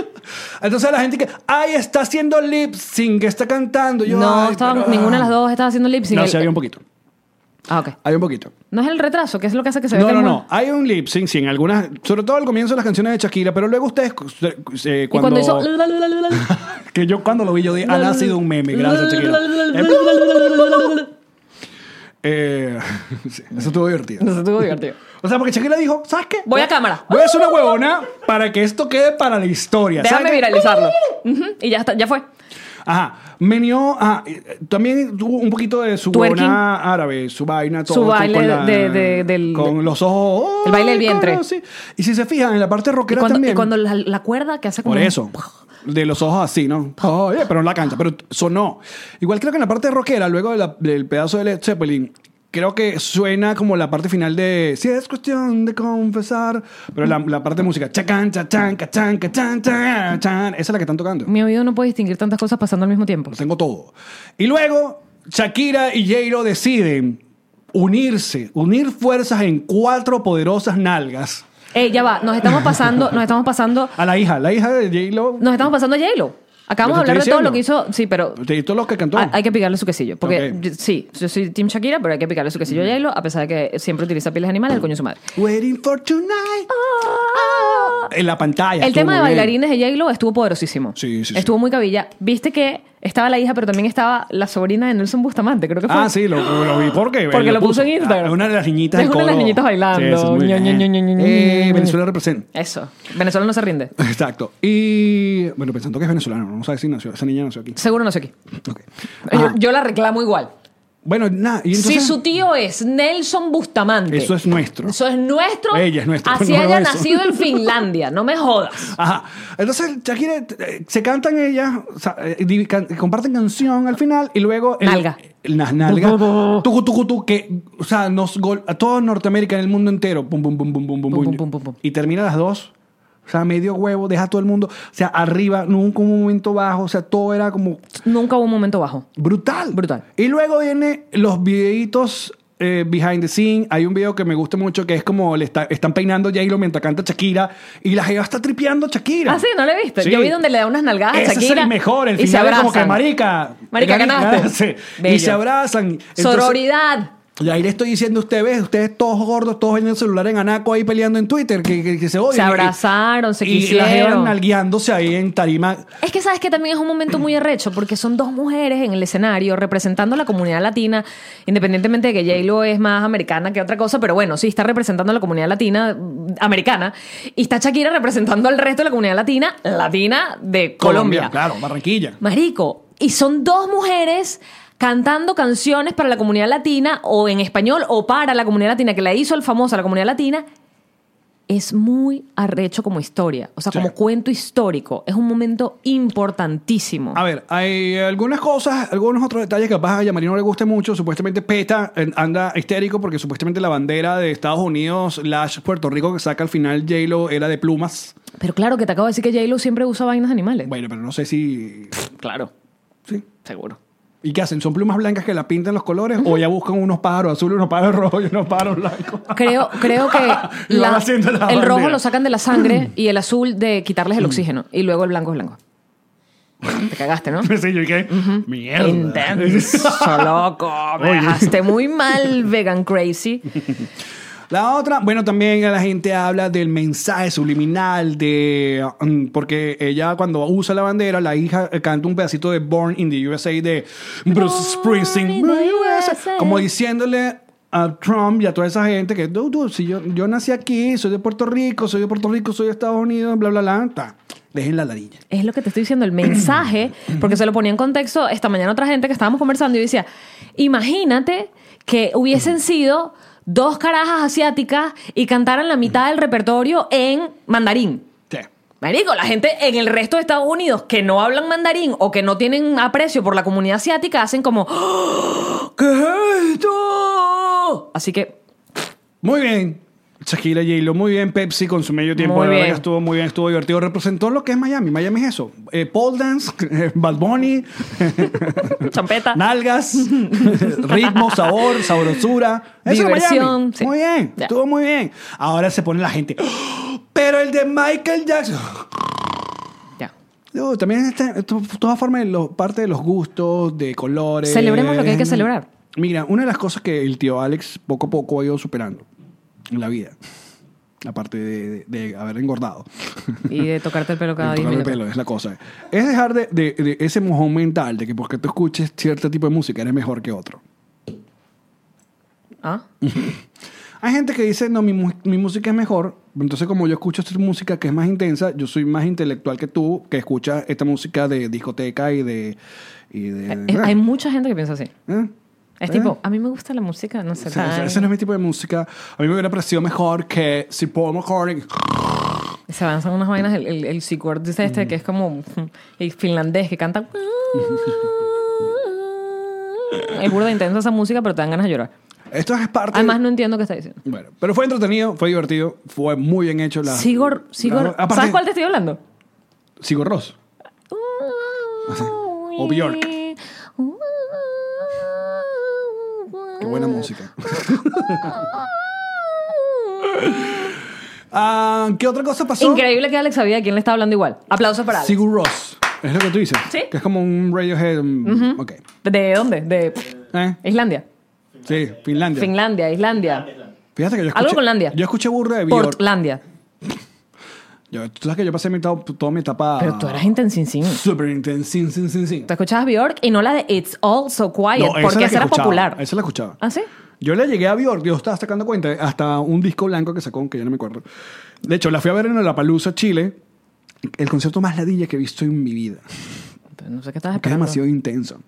Speaker 4: Entonces la gente que, ay, está haciendo lip sync, está cantando. Yo,
Speaker 2: no,
Speaker 4: "Ay,
Speaker 2: estaba-
Speaker 4: pero, ah".
Speaker 2: ninguna de las dos estaba haciendo lip sync.
Speaker 4: No,
Speaker 2: El-
Speaker 4: sí, había un poquito.
Speaker 2: Ah, ok.
Speaker 4: Había un poquito.
Speaker 2: No es el retraso, que es lo que hace que se vea
Speaker 4: No,
Speaker 2: que
Speaker 4: no,
Speaker 2: es
Speaker 4: no.
Speaker 2: muy-
Speaker 4: Hay un lip sync, sí, en algunas, sobre todo al comienzo de las canciones de Shakira, pero luego ustedes, eh, eh,
Speaker 2: Y cuando
Speaker 4: cuando,
Speaker 2: hizo.
Speaker 4: que yo cuando lo vi, yo dije, ha nacido un meme, gracias Shakira. Eh, sí, eso estuvo divertido.
Speaker 2: Eso estuvo divertido.
Speaker 4: O sea, porque Shakira dijo, ¿sabes qué?
Speaker 2: Voy a cámara.
Speaker 4: Voy a hacer una huevona para que esto quede para la historia. ¿Sabes
Speaker 2: Déjame
Speaker 4: qué?
Speaker 2: viralizarlo. Ujú, Y ya está, ya fue.
Speaker 4: Ajá, menió, ajá, eh, también tuvo un poquito de su
Speaker 2: Twerking.
Speaker 4: buena árabe, su vaina, todo.
Speaker 2: Su
Speaker 4: con-
Speaker 2: baile
Speaker 4: con la-
Speaker 2: de- de- del-
Speaker 4: Con los ojos.
Speaker 2: El baile del
Speaker 4: ¡Ay,
Speaker 2: vientre.
Speaker 4: coño! Sí. Y si se fijan, en la parte
Speaker 2: Y
Speaker 4: rockera
Speaker 2: cuando,
Speaker 4: también.
Speaker 2: y cuando la, la cuerda que hace como.
Speaker 4: Por
Speaker 2: un-
Speaker 4: eso. De los ojos así, ¿no? Ay, pero no la canta, pero sonó. Igual creo que en la parte rockera, luego de la- del pedazo de Led Zeppelin, creo que suena como la parte final de Si es cuestión de confesar. Pero la, la parte de música, chacan, chachan, cachan, cachan, chan, chan, esa es la que están tocando.
Speaker 2: Mi oído no puede distinguir tantas cosas pasando al mismo tiempo.
Speaker 4: Lo tengo todo. Y luego Shakira y J-Lo deciden unirse, unir fuerzas en cuatro poderosas nalgas.
Speaker 2: Ey, ya va. Nos estamos pasando, nos estamos pasando,
Speaker 4: A la hija, la hija de J-Lo.
Speaker 2: nos estamos pasando a J-Lo. Acabamos de
Speaker 4: Lo que
Speaker 2: hablar de
Speaker 4: estoy
Speaker 2: todo lo que
Speaker 4: diciendo.
Speaker 2: hizo. Sí, pero.
Speaker 4: Te diste los que cantó.
Speaker 2: Hay, hay que picarle su quesillo. Porque
Speaker 4: Ok.
Speaker 2: yo- sí, yo soy Team Shakira, pero hay que picarle su quesillo a J-Lo, a pesar de que siempre utiliza pieles animales, el coño de su madre.
Speaker 4: Waiting for tonight. En la pantalla.
Speaker 2: El
Speaker 4: estuvo
Speaker 2: tema de
Speaker 4: muy bien.
Speaker 2: bailarines de J-Lo estuvo poderosísimo.
Speaker 4: Sí, sí, sí.
Speaker 2: Estuvo muy cabilla. Viste que estaba la hija, pero también estaba la sobrina de Nelson Bustamante, creo que fue.
Speaker 4: Ah, sí, lo, lo vi porque.
Speaker 2: Porque lo puso en Instagram.
Speaker 4: Ah, Una de las niñitas del
Speaker 2: Es una de las
Speaker 4: coro.
Speaker 2: niñitas bailando.
Speaker 4: Sí, eso es muy
Speaker 2: Ño,
Speaker 4: bien.
Speaker 2: Ño, Ño, Ño, Ño,
Speaker 4: Eh,
Speaker 2: Ño.
Speaker 4: Venezuela representa.
Speaker 2: Eso. Venezuela no se rinde.
Speaker 4: Exacto. Y bueno, pensando que es venezolano, no sabes si nació, esa niña nació aquí.
Speaker 2: Seguro no sé aquí.
Speaker 4: Ok.
Speaker 2: Yo,
Speaker 4: Ajá.
Speaker 2: Ah, yo la reclamo igual.
Speaker 4: Bueno, nada. Eh, y
Speaker 2: si
Speaker 4: entonces-
Speaker 2: su tío es Nelson Bustamante.
Speaker 4: Eso es nuestro.
Speaker 2: Eso es nuestro.
Speaker 4: Ella es nuestra,
Speaker 2: Así
Speaker 4: no
Speaker 2: haya
Speaker 4: eso.
Speaker 2: nacido en Finlandia. No me jodas.
Speaker 4: Ajá. Entonces, Shakira, eh, se cantan ellas, o sea, eh, di- can- comparten canción al final y luego. El,
Speaker 2: Nalga.
Speaker 4: Las nalgas. Tucu, tucu, tu, que, o sea, nos gol- a todo Norteamérica, en el mundo entero. Pum, pum, pum, pum, pum, pum,
Speaker 2: Pum,
Speaker 4: pum.
Speaker 2: pum, pum, pum, pum.
Speaker 4: Y termina las dos. O sea, medio huevo, deja a todo el mundo. O sea, arriba, nunca un momento bajo. O sea, todo era como
Speaker 2: Nunca hubo un momento bajo.
Speaker 4: brutal.
Speaker 2: Brutal.
Speaker 4: Y luego vienen los videitos eh, behind the scene, hay un video que me gusta mucho que es como le está- están peinando J-Lo mientras canta Shakira y la jeva está tripeando a Shakira.
Speaker 2: Ah, sí, no lo he visto.
Speaker 4: Sí.
Speaker 2: Yo vi donde le da unas nalgadas a
Speaker 4: Ese
Speaker 2: Shakira.
Speaker 4: es el mejor, el
Speaker 2: y se
Speaker 4: final es como que
Speaker 2: abrazan.
Speaker 4: marica.
Speaker 2: Marica, ganaste.
Speaker 4: sí. Y
Speaker 2: Bello.
Speaker 4: se abrazan. Entonces,
Speaker 2: Sororidad.
Speaker 4: Y ahí le estoy diciendo a ustedes, ustedes todos gordos, todos en el celular en Anaco ahí peleando en Twitter, que, que- que se odian.
Speaker 2: Se abrazaron, se
Speaker 4: y las
Speaker 2: quisieron.
Speaker 4: llevan nalgueándose ahí en tarima.
Speaker 2: Es que sabes que también es un momento muy arrecho porque son dos mujeres en el escenario representando a la comunidad latina, independientemente de que J-Lo es más americana que otra cosa, pero bueno, sí está representando a la comunidad latina mm, americana y está Shakira representando al resto de la comunidad latina, latina de Colombia.
Speaker 4: Claro, Barranquilla.
Speaker 2: Marico, y son dos mujeres cantando canciones para la comunidad latina o en español o para la comunidad latina que la hizo el famoso a la comunidad latina. Es muy arrecho como historia, o sea,
Speaker 4: Sí.
Speaker 2: como cuento histórico. Es un momento importantísimo.
Speaker 4: A ver, hay algunas cosas, algunos otros detalles que capaz a Yamari no le guste mucho. Supuestamente PETA eh, anda histérico porque supuestamente la bandera de Estados Unidos, Lash Puerto Rico, que saca al final J-Lo era de plumas.
Speaker 2: Pero claro que te acabo de decir que J-Lo siempre usa vainas de animales.
Speaker 4: Bueno, pero no sé si.
Speaker 2: claro,
Speaker 4: sí.
Speaker 2: seguro.
Speaker 4: ¿Y qué hacen? ¿Son plumas blancas que la pintan los colores? ¿O ya buscan unos pájaros azules, unos pájaros rojos y unos pájaros blancos?
Speaker 2: Creo, creo que
Speaker 4: Y van
Speaker 2: la-
Speaker 4: haciendo la
Speaker 2: el rojo
Speaker 4: bandera. Mm.
Speaker 2: lo sacan de la sangre y el azul de quitarles el oxígeno y luego el blanco es blanco. Te cagaste, ¿no?
Speaker 4: Sí, yo dije, mierda.
Speaker 2: Intenso, loco. Me
Speaker 4: Oye.
Speaker 2: dejaste muy mal, vegan crazy.
Speaker 4: La otra, bueno, también la gente habla del mensaje subliminal de... mm, Porque ella cuando usa la bandera, la hija eh, canta un pedacito de Born in the USA de Bruce
Speaker 2: Born
Speaker 4: Springsteen.
Speaker 2: in the USA.
Speaker 4: Como diciéndole a Trump y a toda esa gente que, dude, dude, si yo, yo nací aquí, soy de Puerto Rico, soy de Puerto Rico, soy de Estados Unidos, bla, bla, bla, ta. dejen la ladilla.
Speaker 2: Es lo que te estoy diciendo, el mensaje, porque se lo ponía en contexto esta mañana otra gente que estábamos conversando y yo decía, imagínate que hubiesen sido dos carajas asiáticas y cantaran la mitad del repertorio en mandarín.
Speaker 4: Sí.
Speaker 2: Marico, la gente en el resto de Estados Unidos que no hablan mandarín o que no tienen aprecio por la comunidad asiática hacen como, "¡Ah! ¿qué es esto? Así que
Speaker 4: Muy bien. Shakira y J-Lo, muy bien. Pepsi con su medio tiempo.
Speaker 2: Muy
Speaker 4: la verdad
Speaker 2: bien.
Speaker 4: que estuvo muy bien, estuvo divertido. Representó lo que es Miami. Miami es eso. Eh, pole dance, Bad Bunny,
Speaker 2: champeta.
Speaker 4: nalgas, ritmo, sabor, sabrosura. Eso es Miami.
Speaker 2: Diversión, sí.
Speaker 4: Muy bien,
Speaker 2: Ya.
Speaker 4: estuvo muy bien. Ahora se pone la gente. "¡Oh! Pero el de Michael Jackson.
Speaker 2: Ya.
Speaker 4: No, también está, to- toda forma de lo- parte de los gustos, de colores.
Speaker 2: Celebremos lo que hay que celebrar.
Speaker 4: Mira, una de las cosas que el tío Alex poco a poco ha ido superando en la vida, aparte de, de- de haber engordado,
Speaker 2: Y de tocarte el pelo cada 10
Speaker 4: el tocarme el
Speaker 2: minutos.
Speaker 4: pelo es la cosa, es dejar de, de- de ese mojón mental de que porque tú escuches cierto tipo de música eres mejor que otro.
Speaker 2: ¿Ah?
Speaker 4: Hay gente que dice, no, mi, mu- mi música es mejor. Entonces, como yo escucho esta música que es más intensa, yo soy más intelectual que tú, que escuchas esta música de discoteca y de... y de-
Speaker 2: Eh, Hay mucha gente que piensa así.
Speaker 4: ¿Eh?
Speaker 2: Es
Speaker 4: ¿Eh?
Speaker 2: tipo, a mí me gusta la música, no sé.
Speaker 4: O sea,
Speaker 2: tan-
Speaker 4: ese no es mi tipo de música. A mí me hubiera parecido mejor que si Paul McCartney.
Speaker 2: Se avanzan unas vainas, el, el, el Sigurd dice
Speaker 4: Mm.
Speaker 2: este, que es como el finlandés que canta. Es burda intensa esa música, pero te dan ganas de llorar.
Speaker 4: Esto es parte.
Speaker 2: Además, no entiendo qué está diciendo.
Speaker 4: Bueno, pero fue entretenido, fue divertido, fue muy bien hecho. La,
Speaker 2: Sigurd, Sigurd,
Speaker 4: la- aparte,
Speaker 2: ¿sabes cuál te estoy hablando?
Speaker 4: Sigur Ross. O Bjork. Qué
Speaker 2: Mm.
Speaker 4: buena música. Ah, ¿Qué otra cosa pasó?
Speaker 2: Increíble que Alex sabía de quién le estaba hablando igual. Aplausos para Alex.
Speaker 4: Sigur Ross. Es lo que tú dices.
Speaker 2: Sí.
Speaker 4: Que es como un Radiohead. um, Ok.
Speaker 2: ¿De dónde? De
Speaker 4: ¿Eh?
Speaker 2: Islandia.
Speaker 4: Sí, Finlandia.
Speaker 2: Finlandia, Islandia.
Speaker 4: Fíjate que yo escuché.
Speaker 2: Algo con Landia.
Speaker 4: Yo escuché burro de Bjork.
Speaker 2: Portlandia.
Speaker 4: Yo, tú sabes que yo pasé mi etapa- toda mi etapa.
Speaker 2: Pero tú eras intensincín.
Speaker 4: Súper intensa. Sin, sin, sin, sin.
Speaker 2: Tú escuchabas Bjork y no la de It's All So Quiet,
Speaker 4: No, esa es
Speaker 2: porque
Speaker 4: la que
Speaker 2: esa era
Speaker 4: escuchaba,
Speaker 2: popular.
Speaker 4: Esa la escuchaba.
Speaker 2: ¿Ah, sí?
Speaker 4: Yo le llegué a Bjork, Dios estaba sacando cuenta, hasta un disco blanco que sacó, que ya no me acuerdo. De hecho, la fui a ver en La Palusa, Chile. El concierto más ladilla que he visto en mi vida.
Speaker 2: Ah, Entonces, No sé qué estabas
Speaker 4: Que es
Speaker 2: esperando.
Speaker 4: demasiado intenso.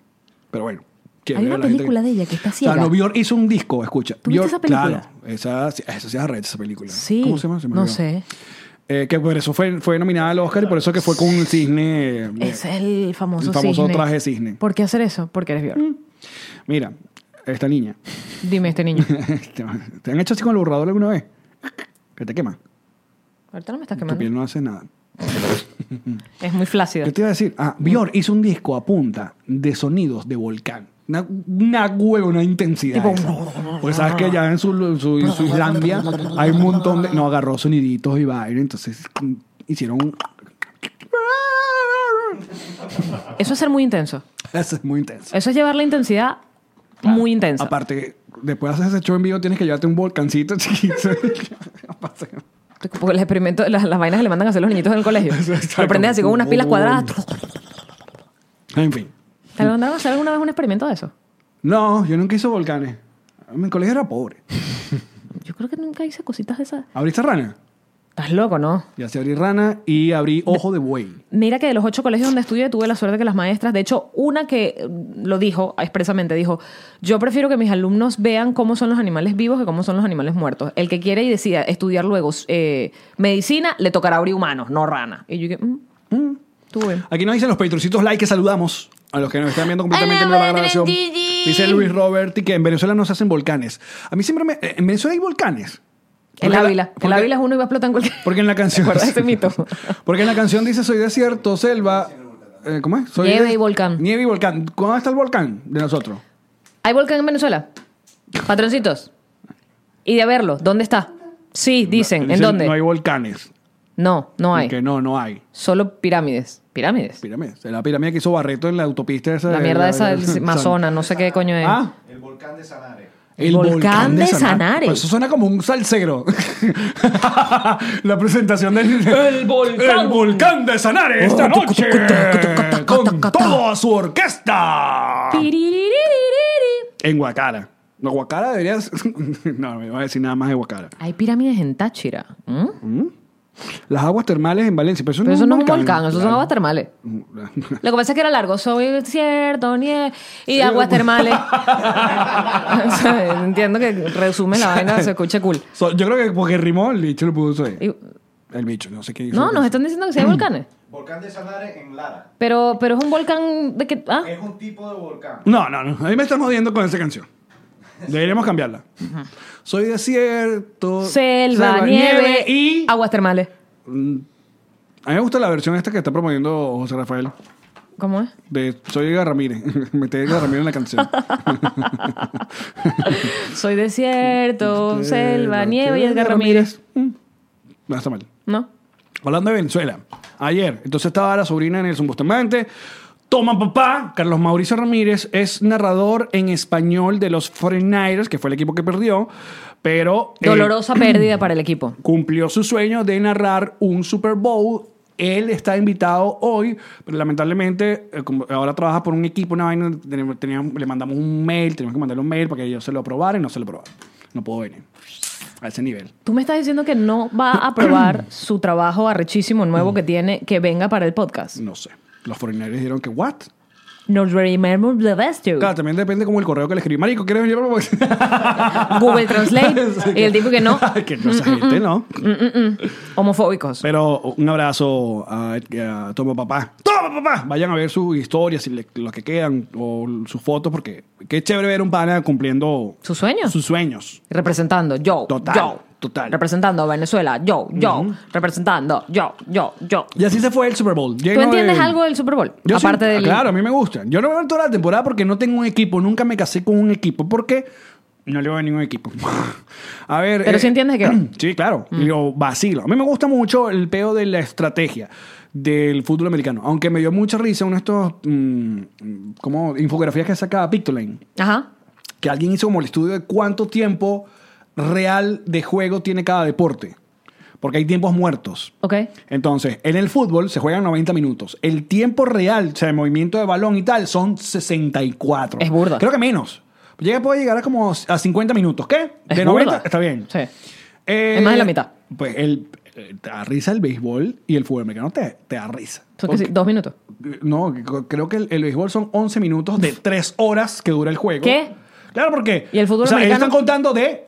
Speaker 4: Pero bueno. que
Speaker 2: Hay
Speaker 4: vea
Speaker 2: una
Speaker 4: la gente
Speaker 2: película de ella que está ciega.
Speaker 4: O sea, no, Bjork hizo un disco, escucha.
Speaker 2: ¿Tú viste
Speaker 4: Bjork,
Speaker 2: esa película?
Speaker 4: Claro. Esa, sí- esa sí es arrecha, esa película.
Speaker 2: Sí.
Speaker 4: ¿Cómo se llama? Se me
Speaker 2: no
Speaker 4: olvidó.
Speaker 2: sé.
Speaker 4: Eh, que por eso fue, fue nominada al Oscar y por eso que fue con un cisne. eh,
Speaker 2: Ese es el famoso
Speaker 4: El famoso
Speaker 2: cisne.
Speaker 4: traje cisne. Mm.
Speaker 2: ¿Por qué hacer eso? Porque eres Bjork.
Speaker 4: Mira, esta niña.
Speaker 2: Dime este niño.
Speaker 4: ¿Te te han hecho así con el borrador alguna vez? Que te quema.
Speaker 2: Ahorita no me estás
Speaker 4: Tu piel
Speaker 2: quemando.
Speaker 4: no hace nada.
Speaker 2: Es muy flácida.
Speaker 4: ¿Qué te iba a decir? Ah, Bjork hizo un disco a punta de sonidos de volcán. Una, una huevona intensidad. esa. Pues sabes que ya en su, su- en su Islandia hay un montón de. No, agarró soniditos y vaina. Entonces hicieron. un-
Speaker 2: Eso es ser muy intenso.
Speaker 4: Eso es muy intenso.
Speaker 2: Eso es llevar la intensidad muy intensa.
Speaker 4: Aparte, después de hacer ese show en vivo, tienes que llevarte un volcancito chiquito. Aparte,
Speaker 2: Porque los experimentos, las, las vainas que le mandan a hacer los niñitos en el colegio.
Speaker 4: Exacto.
Speaker 2: Lo prendes así con unas pilas cuadradas.
Speaker 4: en fin.
Speaker 2: ¿Te mandaron a hacer alguna vez un experimento de eso?
Speaker 4: No, yo nunca hice volcanes. Mi colegio era pobre.
Speaker 2: Yo creo que nunca hice cositas de esas.
Speaker 4: ¿Abriste rana?
Speaker 2: Estás loco, ¿no?
Speaker 4: Ya se abrí rana y abrí ojo de buey.
Speaker 2: Mira que de los ocho colegios donde estudié tuve la suerte que las maestras, de hecho, una que eh, lo dijo expresamente, dijo, yo prefiero que mis alumnos vean cómo son los animales vivos que cómo son los animales muertos. El que quiere y decida estudiar luego eh, medicina, le tocará abrir humanos, no rana. Y yo dije, mm, mm, tú ven.
Speaker 4: Aquí nos dicen los patroncitos like que saludamos. A los que nos están viendo completamente en
Speaker 3: Hola,
Speaker 4: la grabación.
Speaker 3: Bendici.
Speaker 4: Dice Luis Roberti que en Venezuela no se hacen volcanes. A mí siempre me... eh, En Venezuela hay volcanes.
Speaker 2: El
Speaker 4: Porque la-
Speaker 2: Ávila. El
Speaker 4: porque-
Speaker 2: Ávila es uno y va a explotar en cualquier...
Speaker 4: Porque en la canción...
Speaker 2: ¿Te acuerdas de ese mito?
Speaker 4: porque en la canción dice soy desierto, selva... eh, ¿Cómo es? Soy
Speaker 2: Nieve y volcán.
Speaker 4: Nieve y volcán. ¿Cuándo está el volcán de nosotros?
Speaker 2: ¿Hay volcán en Venezuela? Patroncitos. Y de verlo, ¿dónde está? Sí, dicen. ¿En
Speaker 4: Dicen,
Speaker 2: dónde?
Speaker 4: No hay volcanes.
Speaker 2: No, no hay.
Speaker 4: Que no, no hay.
Speaker 2: Solo pirámides. Pirámides.
Speaker 4: Pirámide. Es La pirámide que hizo Barreto en eh, la autopista esa.
Speaker 2: La
Speaker 4: de-
Speaker 2: mierda esa del
Speaker 4: San-
Speaker 2: Mazona, no sé qué coño es.
Speaker 4: Ah,
Speaker 1: El volcán de Sanare.
Speaker 4: El volcán, de Sanare. Pues
Speaker 2: Sanare.
Speaker 4: eso suena como un salsero. la presentación del...
Speaker 2: El volcán.
Speaker 4: El volcán de Sanare esta
Speaker 2: Oh, tucu,
Speaker 4: noche.
Speaker 2: tucu, tucu, tucu, tucu, tucu,
Speaker 4: Con
Speaker 2: tucu,
Speaker 4: toda su orquesta.
Speaker 2: Tiririririri.
Speaker 4: En Guacara. No, Guacara deberías... no, me voy a decir nada más de Guacara.
Speaker 2: Hay pirámides en Táchira. ¿Mm?
Speaker 4: Las aguas termales en Valencia. Pero eso,
Speaker 2: Pero
Speaker 4: no,
Speaker 2: eso no es un volcán, esos son aguas termales.
Speaker 4: termales.
Speaker 2: Lo que pasa es que era largo, soy cierto, nieve y aguas termales. O sea, Entiendo que resume la vaina, se escucha cool.
Speaker 4: yo creo que porque rimó el bicho lo puso ahí.
Speaker 2: Y-
Speaker 4: El bicho, no sé qué hizo.
Speaker 2: no, nos están diciendo que sí hay volcanes.
Speaker 1: Volcán de Sanare en Lara.
Speaker 2: Pero, pero es un volcán de que. Ah,
Speaker 4: Eh,
Speaker 1: Es un tipo de volcán.
Speaker 4: No, no, no. A mí me están jodiendo con esa canción. Deberíamos cambiarla. Soy desierto.
Speaker 2: selva, nieve
Speaker 4: y.
Speaker 2: aguas termales.
Speaker 4: A mí me gusta la versión esta que está promoviendo José Rafael.
Speaker 2: ¿Cómo es?
Speaker 4: De Soy Edgar Ramírez. Meter Edgar Ramírez en la canción.
Speaker 2: Soy desierto, selva, nieve y Edgar Ramírez.
Speaker 4: Mm. No está mal.
Speaker 2: ¿No?
Speaker 4: Hablando de Venezuela, ayer, entonces estaba la sobrina Nelson Bustamante. Toma papá, Carlos Mauricio Ramírez es narrador en español de los 49ers, que fue el equipo que perdió, pero eh,
Speaker 2: Dolorosa pérdida para el equipo.
Speaker 4: cumplió su sueño de narrar un Super Bowl. Él está invitado hoy, pero lamentablemente eh, como ahora trabaja por un equipo, una vaina, tenemos- teníamos- le mandamos un mail, tenemos que mandarle un mail para que ellos se lo aprobaran y no se lo aprobaron. No puedo venir a ese nivel.
Speaker 2: Tú me estás diciendo que no va a aprobar su trabajo arrechísimo nuevo que tiene, que venga para el podcast.
Speaker 4: No sé. Los 49ers dijeron que, ¿what?
Speaker 2: Nos remember the best you.
Speaker 4: Claro, también depende como el correo que le escribí. Marico, ¿quieres venir?
Speaker 2: Google Translate. y el tipo que no.
Speaker 4: que no esa gente, ¿no?
Speaker 2: Homofóbicos.
Speaker 4: Pero un abrazo a, a Tomo Papá. ¡Toma Papá! Vayan a ver sus historias, si le- lo que quedan, o sus fotos, porque qué chévere ver un pana cumpliendo
Speaker 2: ¿Sus sueños?
Speaker 4: sus sueños.
Speaker 2: Representando, yo.
Speaker 4: Total,
Speaker 2: Yo.
Speaker 4: total.
Speaker 2: Representando a Venezuela, yo, yo. Representando, yo, yo, yo.
Speaker 4: Y así se fue el Super Bowl.
Speaker 2: ¿Tú entiendes algo del Super Bowl?
Speaker 4: Yo
Speaker 2: Aparte
Speaker 4: sí,
Speaker 2: del.
Speaker 4: Claro, a mí me gusta. Yo no veo toda la temporada porque no tengo un equipo. Nunca me casé con un equipo porque no le voy a ningún equipo. a ver. eh,
Speaker 2: Pero sí entiendes que va. Mm.
Speaker 4: Sí, claro. Yo vacilo. A mí me gusta mucho el peo de la estrategia del fútbol americano. Aunque me dio mucha risa uno de estos. mm, como infografías que saca Pictoline.
Speaker 2: Ajá.
Speaker 4: Que alguien hizo como el estudio de cuánto tiempo real de juego tiene cada deporte. Porque hay tiempos muertos.
Speaker 2: Ok.
Speaker 4: Entonces, en el fútbol se juegan 90 minutos. El tiempo real, o sea, el movimiento de balón y tal, son 64.
Speaker 2: Es burda.
Speaker 4: Creo que menos. Llega, puede llegar a como a 50 minutos. ¿Qué? De
Speaker 2: Es
Speaker 4: 90,
Speaker 2: burda.
Speaker 4: está bien.
Speaker 2: Sí.
Speaker 4: Eh,
Speaker 2: Es más de la mitad.
Speaker 4: Pues el, eh, te da risa el béisbol y el fútbol americano te, te da risa.
Speaker 2: Son que sí, dos minutos.
Speaker 4: Porque- No, c- creo que el, el béisbol son 11 minutos de 3 horas que dura el juego.
Speaker 2: ¿Qué?
Speaker 4: Claro, porque.
Speaker 2: ¿Y el fútbol
Speaker 4: o sea, ellos
Speaker 2: americano?
Speaker 4: están contando de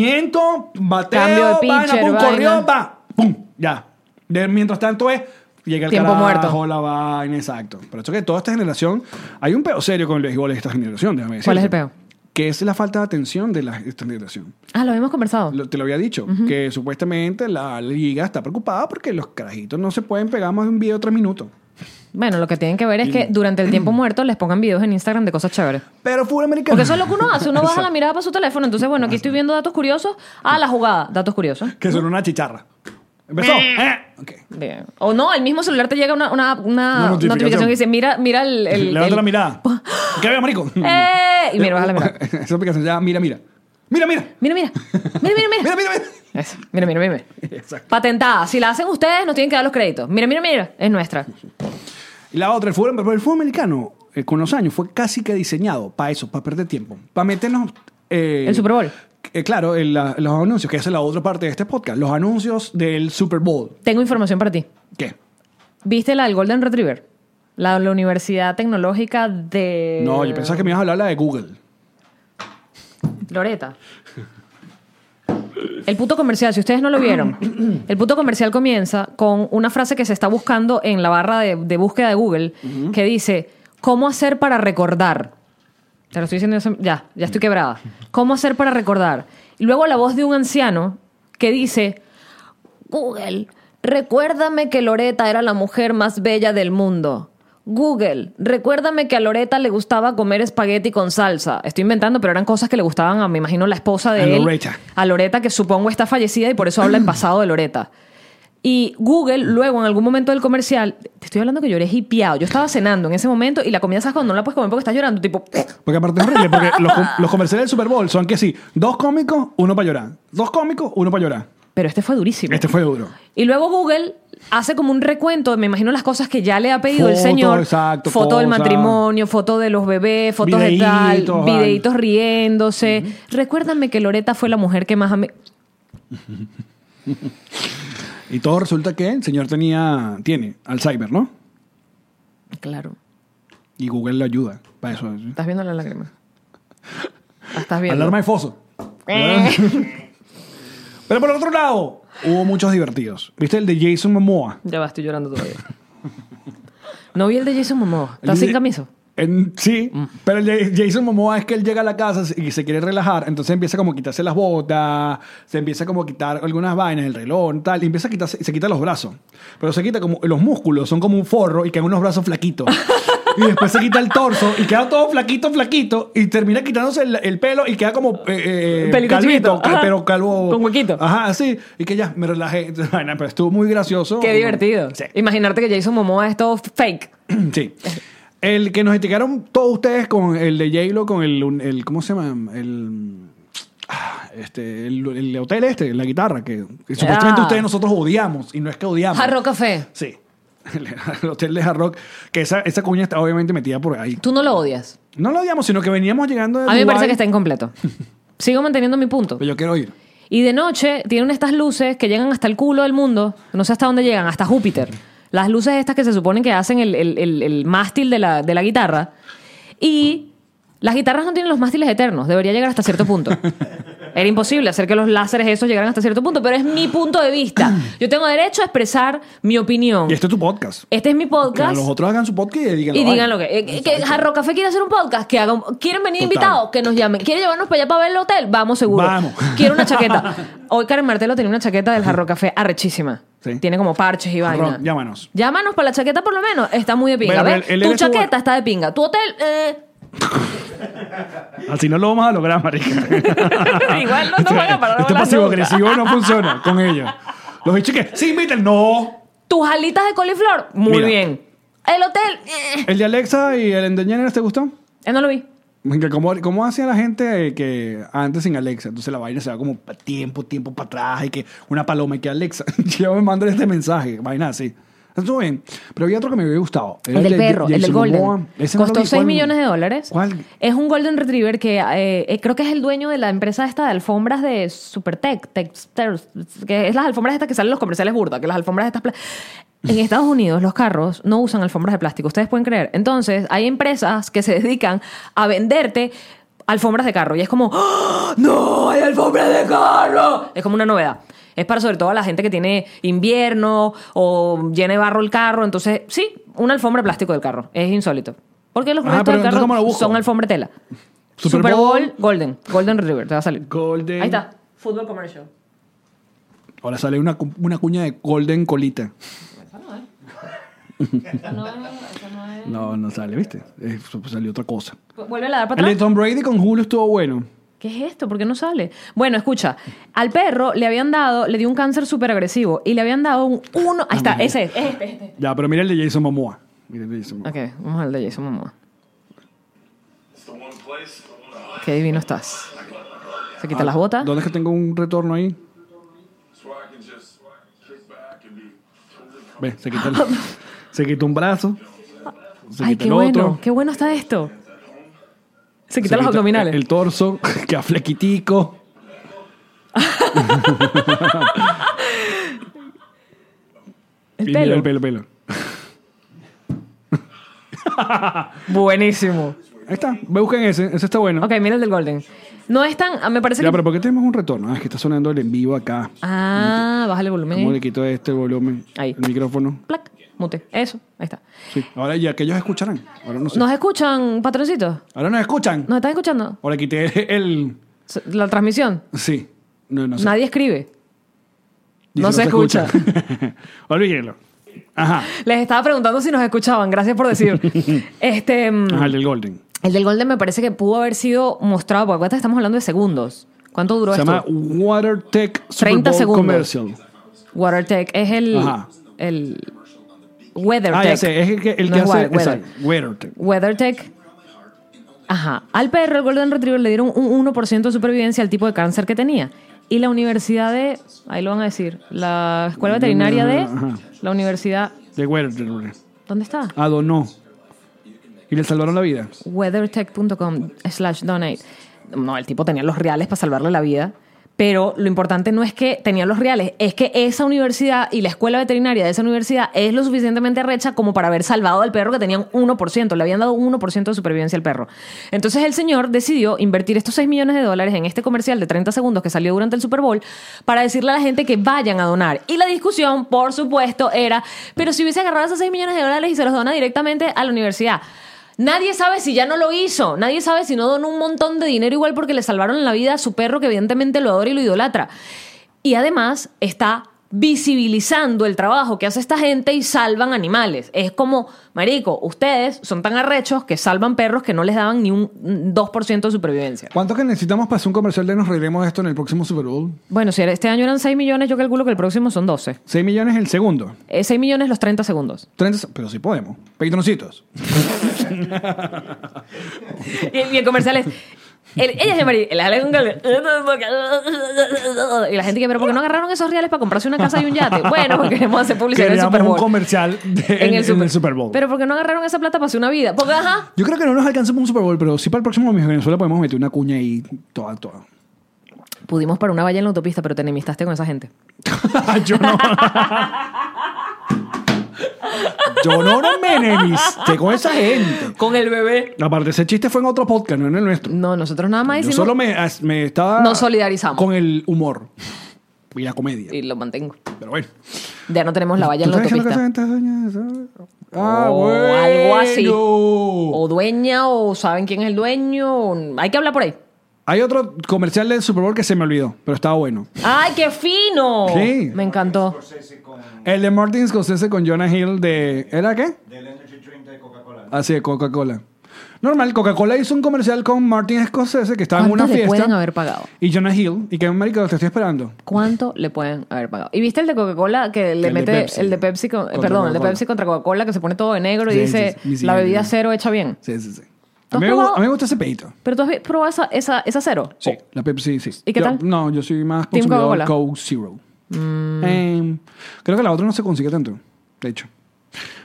Speaker 4: lanzamiento, bateo,
Speaker 2: Cambio de
Speaker 4: vaina,
Speaker 2: pitcher,
Speaker 4: pum,
Speaker 2: vaina.
Speaker 4: corrió, pa, pum, ya. De- mientras tanto es. Llega el
Speaker 2: Tiempo
Speaker 4: carajo,
Speaker 2: muerto.
Speaker 4: la vaina, exacto. Pero eso que toda esta generación. Hay un peo serio con el béisbol de esta generación, déjame decir.
Speaker 2: ¿Cuál es el peo?
Speaker 4: Que es la falta de atención de la, esta generación.
Speaker 2: Ah, lo habíamos conversado.
Speaker 4: Lo- te lo había dicho, que supuestamente la liga está preocupada porque los carajitos no se pueden pegar más de un video de tres minutos.
Speaker 2: Bueno, lo que tienen que ver es que durante el tiempo muerto les pongan videos en Instagram de cosas chéveres.
Speaker 4: Pero fútbol americano.
Speaker 2: Porque eso es lo que uno hace. Uno baja la mirada para su teléfono. Entonces, bueno, aquí estoy viendo datos curiosos. Ah, la jugada. Datos curiosos.
Speaker 4: Que son una chicharra. ¿Empezó?
Speaker 1: Mm.
Speaker 4: ¿Eh? Ok.
Speaker 2: Bien. O no, el mismo celular te llega una, una- una-
Speaker 4: notificación.
Speaker 2: notificación que dice, mira, mira el... el-
Speaker 4: Levanta
Speaker 2: el-
Speaker 4: la mirada. ¿Qué veo, marico?
Speaker 2: ¡Eh! Y mira, baja la mirada.
Speaker 4: Esa aplicación se llama Mira, mira. Mira, mira.
Speaker 2: Mira, mira. Mira, mira,
Speaker 4: Mira,
Speaker 2: mira.
Speaker 4: mira, mira.
Speaker 2: Eso. Mira, mira, mira.
Speaker 4: Exacto.
Speaker 2: Patentada. Si la hacen ustedes, nos tienen que dar los créditos. Mira, mira, mira. Es nuestra.
Speaker 4: Y la otra, el fútbol, pero el fútbol americano, eh, con los años, fue casi que diseñado para eso, para perder tiempo. Para meternos. eh,
Speaker 2: El Super Bowl.
Speaker 4: eh, claro, el- la- los anuncios, que esa es la otra parte de este podcast. Los anuncios del Super Bowl.
Speaker 2: Tengo información para ti.
Speaker 4: ¿Qué?
Speaker 2: ¿Viste la del Golden Retriever? La de la Universidad Tecnológica de...
Speaker 4: No, yo pensaba que me ibas a hablar la de Google.
Speaker 2: Loreta. El puto comercial, si ustedes no lo vieron, el puto comercial comienza con una frase que se está buscando en la barra de, de búsqueda de Google que dice, ¿cómo hacer para recordar? Te lo estoy diciendo, hace- ya, ya estoy quebrada. ¿Cómo hacer para recordar? Y luego la voz de un anciano que dice, Google, recuérdame que Loreta era la mujer más bella del mundo. Google, recuérdame que a Loreta le gustaba comer espagueti con salsa. Estoy inventando, pero eran cosas que le gustaban a, me imagino, la esposa de
Speaker 4: A
Speaker 2: él.
Speaker 4: Loretta.
Speaker 2: A Loreta, que supongo está fallecida y por eso habla en pasado de Loreta. Y Google, luego, en algún momento del comercial, te estoy hablando que lloré hipiado. Yo estaba cenando en ese momento y la comida, ¿sabes cuando no la puedes comer porque estás llorando? Tipo,
Speaker 4: Porque aparte es horrible, porque los, com- los comerciales del Super Bowl son que sí, dos cómicos, uno para llorar. Dos cómicos, uno para llorar.
Speaker 2: pero este fue durísimo.
Speaker 4: Este fue duro.
Speaker 2: Y luego Google hace como un recuento, me imagino las cosas que ya le ha pedido el
Speaker 4: Foto,
Speaker 2: señor.
Speaker 4: exacto,
Speaker 2: foto del
Speaker 4: cosa.
Speaker 2: matrimonio, foto de los bebés, fotos de
Speaker 4: Videítos,
Speaker 2: tal,
Speaker 4: vaina.
Speaker 2: videitos riéndose. Recuérdame que Loreta fue la mujer que más amé.
Speaker 4: Y todo resulta que el señor tenía, tiene Alzheimer, ¿no?
Speaker 2: Claro,
Speaker 4: Y Google le ayuda para eso.
Speaker 2: estás viendo la lágrima. La estás viendo.
Speaker 4: Alarma de foso. Pero por otro lado, hubo muchos divertidos. ¿Viste el de Jason Momoa?
Speaker 2: Ya va, estoy llorando todavía. No vi el de Jason Momoa.
Speaker 4: El
Speaker 2: Está sin
Speaker 4: de-
Speaker 2: camisa.
Speaker 4: En- sí, pero el de Jason Momoa es que él llega a la casa y se quiere relajar, entonces empieza como a quitarse las botas, se empieza como a quitar algunas vainas, el reloj, tal, y empieza a quitarse, se quita los brazos, pero se quita como los músculos, son como un forro y quedan unos brazos flaquitos. Y después se quita el torso y queda todo flaquito, flaquito, y termina quitándose el, el pelo y queda como eh, eh,
Speaker 2: Pelito
Speaker 4: calvito,
Speaker 2: chiquito,
Speaker 4: cal-
Speaker 2: ajá.
Speaker 4: pero calvo.
Speaker 2: Con huequito.
Speaker 4: Ajá, sí. Y que ya me relajé. Entonces, vaina, pero estuvo muy gracioso.
Speaker 2: Qué divertido.
Speaker 4: Sí.
Speaker 2: Imaginarte que Jason Momoa es todo fake.
Speaker 4: Sí. El que nos etiquetaron todos ustedes con el de J-Lo, con el, un- el- ¿Cómo se llama? El. ah, Este, el, el hotel este, la guitarra, que, que supuestamente
Speaker 2: Ah.
Speaker 4: ustedes nosotros odiamos, y no es que odiamos.
Speaker 2: Jarro Café.
Speaker 4: Sí. El, hotel de Hard Rock, que esa, esa cuña está obviamente metida por ahí.
Speaker 2: Tú no lo odias.
Speaker 4: No lo odiamos, sino que veníamos llegando de
Speaker 2: A mí me
Speaker 4: Dubái.
Speaker 2: parece que está incompleto. Sigo manteniendo mi punto.
Speaker 4: Pero yo quiero ir.
Speaker 2: Y de noche tienen estas luces que llegan hasta el culo del mundo. No sé hasta dónde llegan, hasta Júpiter. Las luces estas que se suponen que hacen el, el- el- el mástil de la, de la guitarra. Y las guitarras no tienen los mástiles eternos. Debería llegar hasta cierto punto. Era imposible hacer que los láseres esos llegaran hasta cierto punto, pero es mi punto de vista. Yo tengo derecho a expresar mi opinión.
Speaker 4: Y este es tu podcast.
Speaker 2: Este es mi
Speaker 4: Que
Speaker 2: podcast.
Speaker 4: los otros hagan su podcast y digan
Speaker 2: Y digan lo que. eh, que- que Jarro Café quiere hacer un podcast, que haga un- ¿Quieren venir
Speaker 4: Total.
Speaker 2: invitados? Que nos llamen. ¿Quieren llevarnos para allá para ver el hotel? Vamos seguro.
Speaker 4: Vamos.
Speaker 2: Quiero una chaqueta. Hoy Karen Martelo tenía una chaqueta del Jarro Café arrechísima.
Speaker 4: Sí.
Speaker 2: Tiene como parches y vaina.
Speaker 4: llámanos.
Speaker 2: Llámanos para la chaqueta por lo menos. Está muy de pinga.
Speaker 4: Bueno, pero
Speaker 2: ¿ves?
Speaker 4: él- él
Speaker 2: tu
Speaker 4: eres tu-
Speaker 2: chaqueta está de pinga. Tu hotel, eh,
Speaker 4: Así no lo vamos a lograr, marica.
Speaker 2: igual no nos van a parar
Speaker 4: Este
Speaker 2: bolas
Speaker 4: pasivo
Speaker 2: nunca.
Speaker 4: agresivo no funciona con ellos. Los bichos que, sí, inviten, no.
Speaker 2: Tus alitas de coliflor, muy
Speaker 4: Mira.
Speaker 2: bien. El hotel, eh.
Speaker 4: El de Alexa y el de Jenner, ¿te gustó?
Speaker 2: Eh, no lo vi.
Speaker 4: Venga, ¿Cómo, cómo hacía la gente eh, que antes sin Alexa? Entonces la vaina se va como pa' tiempo, tiempo para atrás y que una paloma y que Alexa, yo me mando este mensaje, vaina así. Estuvo bien. Pero había otro que me había gustado. Era
Speaker 2: El del
Speaker 4: de
Speaker 2: perro,
Speaker 4: Jason
Speaker 2: el del Golden.
Speaker 4: Momoa. Ese no lo
Speaker 2: Costó
Speaker 4: vi.
Speaker 2: 6
Speaker 4: ¿Cuál?
Speaker 2: millones de dólares.
Speaker 4: ¿Cuál?
Speaker 2: Es un Golden Retriever que eh, eh, creo que es el dueño de la empresa esta de alfombras de Supertech, Techsters, que es las alfombras estas que salen en los comerciales burda, que las alfombras estas... pla- En Estados Unidos los carros no usan alfombras de plástico, ustedes pueden creer. Entonces hay empresas que se dedican a venderte alfombras de carro y es como, ¡Ah! ¡no hay alfombras de carro! Es como una novedad. Es para sobre todo la gente que tiene invierno o llena de barro el carro, entonces sí, una alfombra de plástico del carro, es insólito. Porque los
Speaker 4: Ah,
Speaker 2: restos
Speaker 4: pero
Speaker 2: del
Speaker 4: entonces,
Speaker 2: carro
Speaker 4: ¿cómo lo busco?
Speaker 2: son alfombra tela.
Speaker 4: Super
Speaker 2: Super,
Speaker 4: Bowl.
Speaker 2: Bowl, Golden. Golden River, te va a salir.
Speaker 4: Golden.
Speaker 2: Ahí está. Fútbol Commercial.
Speaker 4: Ahora sale una, cu- una cuña de Golden Colita.
Speaker 2: No, eso no es.
Speaker 4: No, no sale, ¿viste? Eh, salió otra cosa.
Speaker 2: Vuelve a dar para
Speaker 4: El de
Speaker 2: atrás.
Speaker 4: Tom Brady con Julio estuvo bueno.
Speaker 2: ¿Qué es esto? ¿Por qué no sale? Bueno, escucha, al perro le habían dado, le dio un cáncer súper agresivo y le habían dado un uno Ahí está, ese es, es este, es este.
Speaker 4: Ya, pero mira el de Jason Momoa. Mira el de Jason Momoa.
Speaker 2: Ok, vamos al de Jason Momoa. Qué divino estás. Se quita las botas.
Speaker 4: ¿Dónde es que tengo un retorno ahí? Ve, se quita, el- se quita un brazo. Se
Speaker 2: Ay,
Speaker 4: quita
Speaker 2: qué
Speaker 4: el otro.
Speaker 2: bueno, qué bueno está esto. Se
Speaker 4: se
Speaker 2: quita los abdominales.
Speaker 4: El torso, que flequitico.
Speaker 2: El
Speaker 4: Y mira
Speaker 2: pelo.
Speaker 4: El pelo, pelo.
Speaker 2: Buenísimo.
Speaker 4: Ahí está. Ve, busquen ese. Ese está bueno.
Speaker 2: Ok, mira el del Golden. No es tan. ah, Me parece
Speaker 4: Ya,
Speaker 2: que.
Speaker 4: pero ¿por qué tenemos un retorno? Ah, es que está sonando el en vivo acá.
Speaker 2: Ah, bájale el volumen.
Speaker 4: ¿Cómo
Speaker 2: ahí.
Speaker 4: le quito este volumen?
Speaker 2: Ahí.
Speaker 4: El micrófono.
Speaker 2: Plac, mute. Eso, ahí está.
Speaker 4: Sí. Ahora ya que ellos escucharán. Ahora no sé.
Speaker 2: ¿Nos escuchan, patroncitos?
Speaker 4: Ahora nos escuchan.
Speaker 2: ¿Nos están escuchando?
Speaker 4: Ahora quité el.
Speaker 2: S- La transmisión.
Speaker 4: Sí. No, no sé.
Speaker 2: Nadie escribe.
Speaker 4: Dice,
Speaker 2: no se escucha.
Speaker 4: Olvídenlo. Ajá.
Speaker 2: Les estaba preguntando si nos escuchaban. Gracias por decir. este, mm,
Speaker 4: Ajá, el del Golden.
Speaker 2: el del Golden me parece que pudo haber sido mostrado. Porque acuérdate, estamos hablando de segundos. ¿Cuánto duró
Speaker 4: Se
Speaker 2: esto?
Speaker 4: llama WaterTech Super
Speaker 2: 30
Speaker 4: Bowl
Speaker 2: segundos.
Speaker 4: Commercial.
Speaker 2: WaterTech es el.
Speaker 4: Ajá.
Speaker 2: el WeatherTech.
Speaker 4: Ah, ya sé. Es el que, el
Speaker 2: No
Speaker 4: que
Speaker 2: es
Speaker 4: hace.
Speaker 2: weather, weather.
Speaker 4: exacto, WeatherTech.
Speaker 2: WeatherTech. Ajá. Al perro, el Golden Retriever, le dieron un 1% de supervivencia al tipo de cáncer que tenía. Y la universidad de. Ahí lo van a decir. La escuela veterinaria de.
Speaker 4: Ajá.
Speaker 2: La universidad.
Speaker 4: De WeatherTech.
Speaker 2: ¿Dónde está?
Speaker 4: Adonó. Y le salvaron la vida.
Speaker 2: weathertech.com slash donate. No, el tipo tenía los reales para salvarle la vida. Pero lo importante no es que tenía los reales, es que esa universidad y la escuela veterinaria de esa universidad es lo suficientemente recha como para haber salvado al perro que tenían 1%. Le habían dado 1% de supervivencia al perro. Entonces el señor decidió invertir estos 6 millones de dólares en este comercial de 30 segundos que salió durante el Super Bowl para decirle a la gente que vayan a donar. Y la discusión, por supuesto, era, pero si hubiese agarrado esos 6 millones de dólares y se los dona directamente a la universidad. Nadie sabe si ya no lo hizo. Nadie sabe si no donó un montón de dinero igual porque le salvaron la vida a su perro que evidentemente lo adora y lo idolatra. Y además está visibilizando el trabajo que hace esta gente y salvan animales. Es como, marico, ustedes son tan arrechos que salvan perros que no les daban ni un un 2% de supervivencia.
Speaker 4: ¿Cuánto que necesitamos para hacer un comercial de nos reiremos de esto en el próximo Super Bowl?
Speaker 2: Bueno, si este año eran 6 millones, yo calculo que el próximo son 12.
Speaker 4: 6 millones el segundo.
Speaker 2: Eh, 6 millones los 30 segundos.
Speaker 4: 30, pero sí podemos. Patroncitos.
Speaker 2: Y, y el comercial es. el- ella se maría. Y la gente que, pero ¿por qué no agarraron esos reales para comprarse una casa y un yate? Bueno, porque queremos hacer publicidad en el
Speaker 4: Queríamos
Speaker 2: Super Bowl.
Speaker 4: un comercial de- en, el Super Bowl.
Speaker 2: Pero ¿por qué no agarraron esa plata para hacer una vida? Porque, ajá.
Speaker 4: Yo creo que no nos alcanza para un Super Bowl, pero sí para el próximo Miss Venezuela podemos meter una cuña ahí toda, toda.
Speaker 2: Pudimos para una valla en la autopista, pero te enemistaste con esa gente.
Speaker 4: Yo no. Yo no no me enemisté con esa gente.
Speaker 2: Con el bebé.
Speaker 4: Aparte, ese chiste fue en otro podcast, no en el nuestro.
Speaker 2: No, nosotros nada más
Speaker 4: Yo
Speaker 2: hicimos.
Speaker 4: solo me, as- me estaba.
Speaker 2: Nos solidarizamos.
Speaker 4: Con el humor y la comedia.
Speaker 2: Y lo mantengo.
Speaker 4: Pero bueno.
Speaker 2: Ya no tenemos la valla en la
Speaker 4: ¿Tú sabes qué es lo que
Speaker 2: autopista.
Speaker 4: esa gente hace? Ah,
Speaker 2: O
Speaker 4: bueno.
Speaker 2: algo así. O dueña, o saben quién es el dueño. o- Hay que hablar por ahí.
Speaker 4: Hay otro comercial del Super Bowl que se me olvidó, pero estaba bueno.
Speaker 2: ¡Ay, qué fino!
Speaker 4: Sí.
Speaker 2: Me encantó.
Speaker 1: Scorsese con
Speaker 4: El de Martin Scorsese con Jonah Hill de... ¿Era qué?
Speaker 1: del energy drink de Coca-Cola.
Speaker 4: Ah, sí, de Coca-Cola. Normal, Coca-Cola hizo un comercial con Martin Scorsese que estaba en
Speaker 2: ¿Cuánto
Speaker 4: una
Speaker 2: le
Speaker 4: fiesta.
Speaker 2: pueden haber pagado?
Speaker 4: Y Jonah Hill. Y que, marico, te estoy esperando.
Speaker 2: ¿Cuánto le pueden haber pagado? ¿Y viste el de Coca-Cola que le
Speaker 4: de
Speaker 2: mete
Speaker 4: Pepsi.
Speaker 2: el de Pepsi, con- eh,
Speaker 4: Contra
Speaker 2: perdón, el de
Speaker 4: Coca-Cola.
Speaker 2: Pepsi contra Coca-Cola que se pone todo de negro y
Speaker 4: Sí,
Speaker 2: dice
Speaker 4: sí, sí,
Speaker 2: la
Speaker 4: sí,
Speaker 2: bebida
Speaker 4: sí.
Speaker 2: cero hecha bien?
Speaker 4: Sí, sí, sí.
Speaker 2: ¿Tú
Speaker 4: A mí,
Speaker 2: has
Speaker 4: me, gu-
Speaker 2: probado?
Speaker 4: a mí me gusta ese pedito.
Speaker 2: Pero tú has vi- probado esa, esa, esa cero.
Speaker 4: Sí, la Pepsi, sí.
Speaker 2: ¿Y qué
Speaker 4: Yo-
Speaker 2: tal?
Speaker 4: no, yo soy más
Speaker 2: Team
Speaker 4: consumidor
Speaker 2: Coca-Cola. Mm.
Speaker 4: de Coke Zero. Eh, creo que la otra no se consigue tanto, de hecho.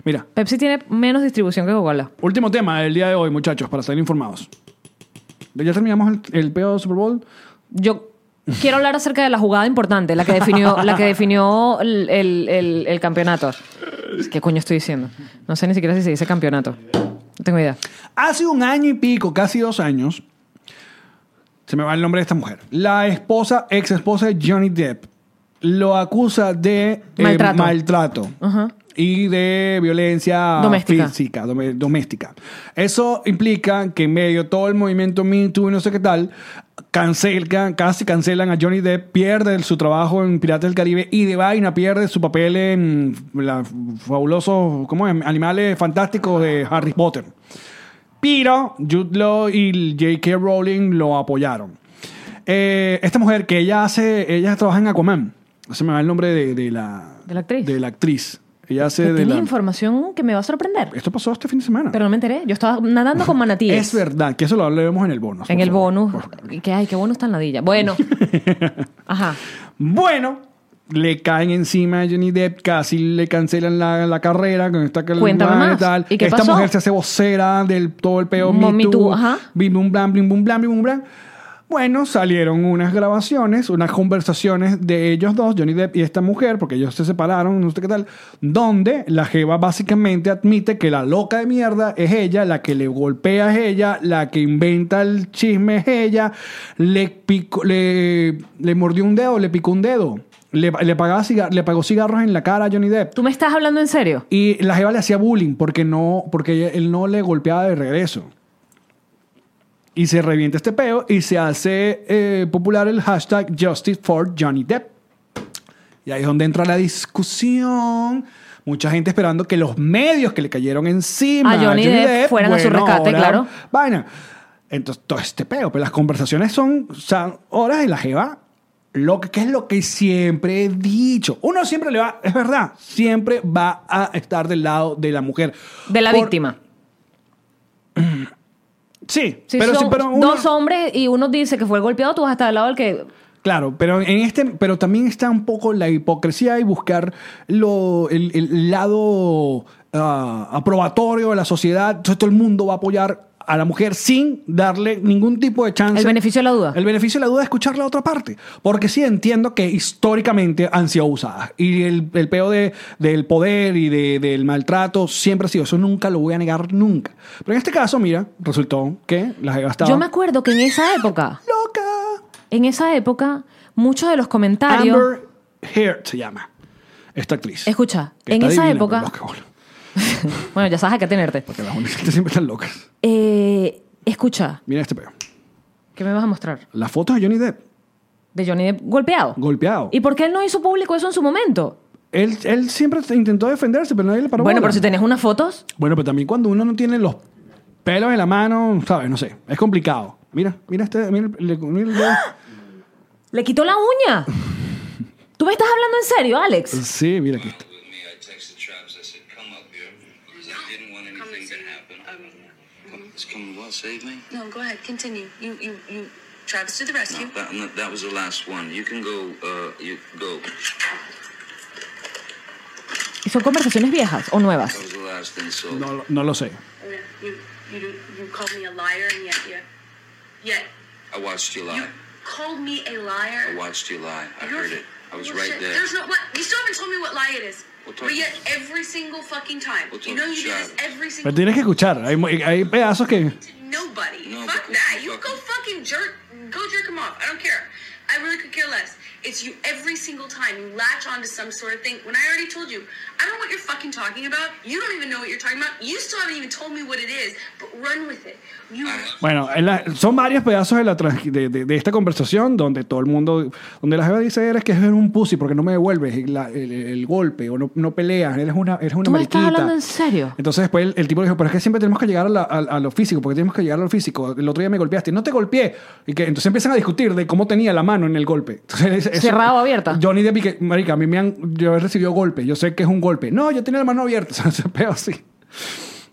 Speaker 4: Mira,
Speaker 2: Pepsi tiene menos distribución que Coca-Cola.
Speaker 4: Último tema del día de hoy, muchachos, para estar informados. Ya terminamos el, el peo de Super Bowl.
Speaker 2: Yo quiero hablar acerca de la jugada importante, la que definió, la que definió el, el- el- el campeonato. ¿Qué coño estoy diciendo? No sé ni siquiera si se dice campeonato. No tengo idea.
Speaker 4: Hace un año y pico, casi dos años, se me va el nombre de esta mujer. La esposa, ex esposa de Johnny Depp, lo acusa de eh,
Speaker 2: Maltrato.
Speaker 4: maltrato
Speaker 2: Ajá.
Speaker 4: y de violencia
Speaker 2: Doméstica.
Speaker 4: física, dome- doméstica. Eso implica que en medio de todo el movimiento Me Too y no sé qué tal, cancelan, casi cancelan a Johnny Depp, pierde su trabajo en Pirates del Caribe y de vaina pierde su papel en los fabulosos ¿cómo es? Animales Fantásticos de Harry Potter. Pero Jude Law y J.K. Rowling lo apoyaron. Eh, esta mujer que ella hace, ella trabaja en Aquaman. Se me va el nombre de, de la,
Speaker 2: ¿De la actriz?
Speaker 4: De la actriz. Ella hace
Speaker 2: Que
Speaker 4: de
Speaker 2: tienes
Speaker 4: la.
Speaker 2: información que me va a sorprender.
Speaker 4: Esto pasó este fin de semana.
Speaker 2: Pero no me enteré. Yo estaba nadando con manatíes.
Speaker 4: es verdad, que eso lo hablaremos en el bonus.
Speaker 2: En
Speaker 4: por
Speaker 2: el
Speaker 4: favor.
Speaker 2: bonus.
Speaker 4: Por favor.
Speaker 2: Que ay, qué bonus tan ladilla. Bueno. Ajá.
Speaker 4: Bueno, le caen encima a Johnny Depp, casi le cancelan la, la carrera con esta que
Speaker 2: Cuéntame
Speaker 4: la-
Speaker 2: más. ¿Y qué
Speaker 4: Esta
Speaker 2: pasó?
Speaker 4: mujer se hace vocera del todo el peo
Speaker 2: Mo-
Speaker 4: Me
Speaker 2: Me
Speaker 4: Too,
Speaker 2: Too, ajá.
Speaker 4: bim, bum, blam, blim, bum, blam, blim, bum, blam. Bueno, salieron unas grabaciones, unas conversaciones de ellos dos, Johnny Depp y esta mujer, porque ellos se separaron, no sé qué tal, donde la Jeva básicamente admite que la loca de mierda es ella, la que le golpea es ella, la que inventa el chisme es ella, le, picó- le, le mordió un dedo, le picó un dedo, le, le pagaba cigar- le pagó cigarros en la cara a Johnny Depp.
Speaker 2: ¿Tú me estás hablando en serio?
Speaker 4: Y la jeva le hacía bullying porque no, porque él no le golpeaba de regreso. Y se revienta este peo y se hace eh, popular el hashtag Justice for Johnny Depp. Y ahí es donde entra la discusión. Mucha gente esperando que los medios que le cayeron encima
Speaker 2: A Johnny Depp fueran a su rescate, claro.
Speaker 4: Vaina. Entonces, todo este peo. Pero las conversaciones son, son horas de la jeva. Lo que, que es lo que siempre he dicho. Uno siempre le va, es verdad, siempre va a estar del lado de la mujer.
Speaker 2: De la
Speaker 4: Por-
Speaker 2: víctima.
Speaker 4: Sí,
Speaker 2: Si
Speaker 4: pero, sí,
Speaker 2: son
Speaker 4: pero uno-
Speaker 2: dos hombres y uno dice que fue el golpeado, tú vas a estar al lado del que.
Speaker 4: Claro, pero en este, pero también está un poco la hipocresía y buscar lo, el, el lado ah, aprobatorio de la sociedad. Entonces todo el mundo va a apoyar a la mujer sin darle ningún tipo de chance.
Speaker 2: El beneficio de la duda.
Speaker 4: El beneficio de la duda es escuchar la otra parte. Porque sí entiendo que históricamente han sido abusadas. Y el, el peo de- del poder y de- del maltrato siempre ha sido. Eso nunca lo voy a negar nunca. Pero en este caso, mira, resultó que las he gastado.
Speaker 2: Yo me acuerdo que en esa época,
Speaker 4: ¡Loca!
Speaker 2: en esa época, muchos de los comentarios.
Speaker 4: Amber Heard se llama. Esta actriz.
Speaker 2: Escucha,
Speaker 4: Que
Speaker 2: en
Speaker 4: está
Speaker 2: esa
Speaker 4: divina,
Speaker 2: época.
Speaker 4: pero loca, boludo.
Speaker 2: Bueno, ya sabes a qué tenerte.
Speaker 4: Porque las mujeres siempre están locas.
Speaker 2: Eh, escucha,
Speaker 4: Mira este peo.
Speaker 2: ¿qué me vas a mostrar?
Speaker 4: La foto de Johnny Depp,
Speaker 2: De Johnny Depp golpeado.
Speaker 4: golpeado.
Speaker 2: ¿Y por qué él no hizo público eso en su momento?
Speaker 4: él, él siempre intentó defenderse, pero nadie le paró.
Speaker 2: bueno,
Speaker 4: bola.
Speaker 2: pero si tenés unas fotos,
Speaker 4: Bueno, pero también cuando uno no tiene los pelos en la mano, ¿sabes? No sé. Es complicado. Mira, mira este. Mira, el- le- mira el dedo.
Speaker 2: le quitó la uña. ¿Tú me estás hablando en serio, Alex?
Speaker 4: sí, mira aquí está.
Speaker 5: with me. I texted Travis. I said, "Come up here," because I didn't want anything to happen.
Speaker 6: Um, mm-hmm.
Speaker 5: Come- Is coming what? Save me?
Speaker 6: No, go ahead. Continue. You, you, you. Travis to the rescue.
Speaker 5: No, that, no, that was the last one. You can go. Uh, you go.
Speaker 2: ¿Y son conversaciones viejas o nuevas?
Speaker 5: That
Speaker 4: Este
Speaker 5: was the last thing. So
Speaker 4: No, lo- no lo sé.
Speaker 6: You, you, you, you called me a liar, and yet you, yet
Speaker 5: I watched you
Speaker 6: you
Speaker 5: lie.
Speaker 6: called me a
Speaker 5: I
Speaker 6: liar.
Speaker 5: watched you lie. Oh, I
Speaker 6: You're
Speaker 5: heard it. I was
Speaker 6: full
Speaker 5: right
Speaker 6: shit.
Speaker 5: there.
Speaker 6: There's no what. You still haven't told me what lie it is.
Speaker 5: We'll talk
Speaker 6: but
Speaker 5: to
Speaker 6: yet
Speaker 5: Travis.
Speaker 6: every single fucking time.
Speaker 5: We'll
Speaker 6: you
Speaker 5: talk
Speaker 6: know
Speaker 5: to
Speaker 6: you do this
Speaker 5: Travis.
Speaker 6: every single.
Speaker 4: Pero tienes que escuchar. Hay, mu- hay pedazos que.
Speaker 6: to nobody.
Speaker 5: No,
Speaker 6: Fuck
Speaker 5: because
Speaker 6: that.
Speaker 5: you
Speaker 6: You
Speaker 5: fucking-
Speaker 6: go fucking jerk. Go jerk him off. I don't care. I really could care less. It's you every single time you latch onto some sort of thing. When I already told you, I don't know what you're fucking talking about. You don't even know what you're talking about. You still haven't even told me what it is. But run with it. You.
Speaker 4: Bueno, en la- son varios pedazos de, la, trans- de, de- de esta conversación donde todo el mundo, donde la jefa dice, eres que eres un pussy porque no me devuelves la- el, el golpe o no, no peleas, eres una, eres una
Speaker 2: ¿Tú me estás
Speaker 4: mariquita".
Speaker 2: hablando en serio?
Speaker 4: Entonces después el, el tipo le dijo, pero es que siempre tenemos que llegar a, la- a- a lo físico, porque tenemos que llegar a lo físico. El otro día me golpeaste, no te golpeé. Y que entonces empiezan a discutir de cómo tenía la mano en el golpe. Entonces, eso-
Speaker 2: Cerrada o abierta.
Speaker 4: Johnny Depp y que, marica, a mí me han, yo he recibido golpes, yo sé que es un golpe. No, yo tenía la mano abierta, o sea, ese peo así.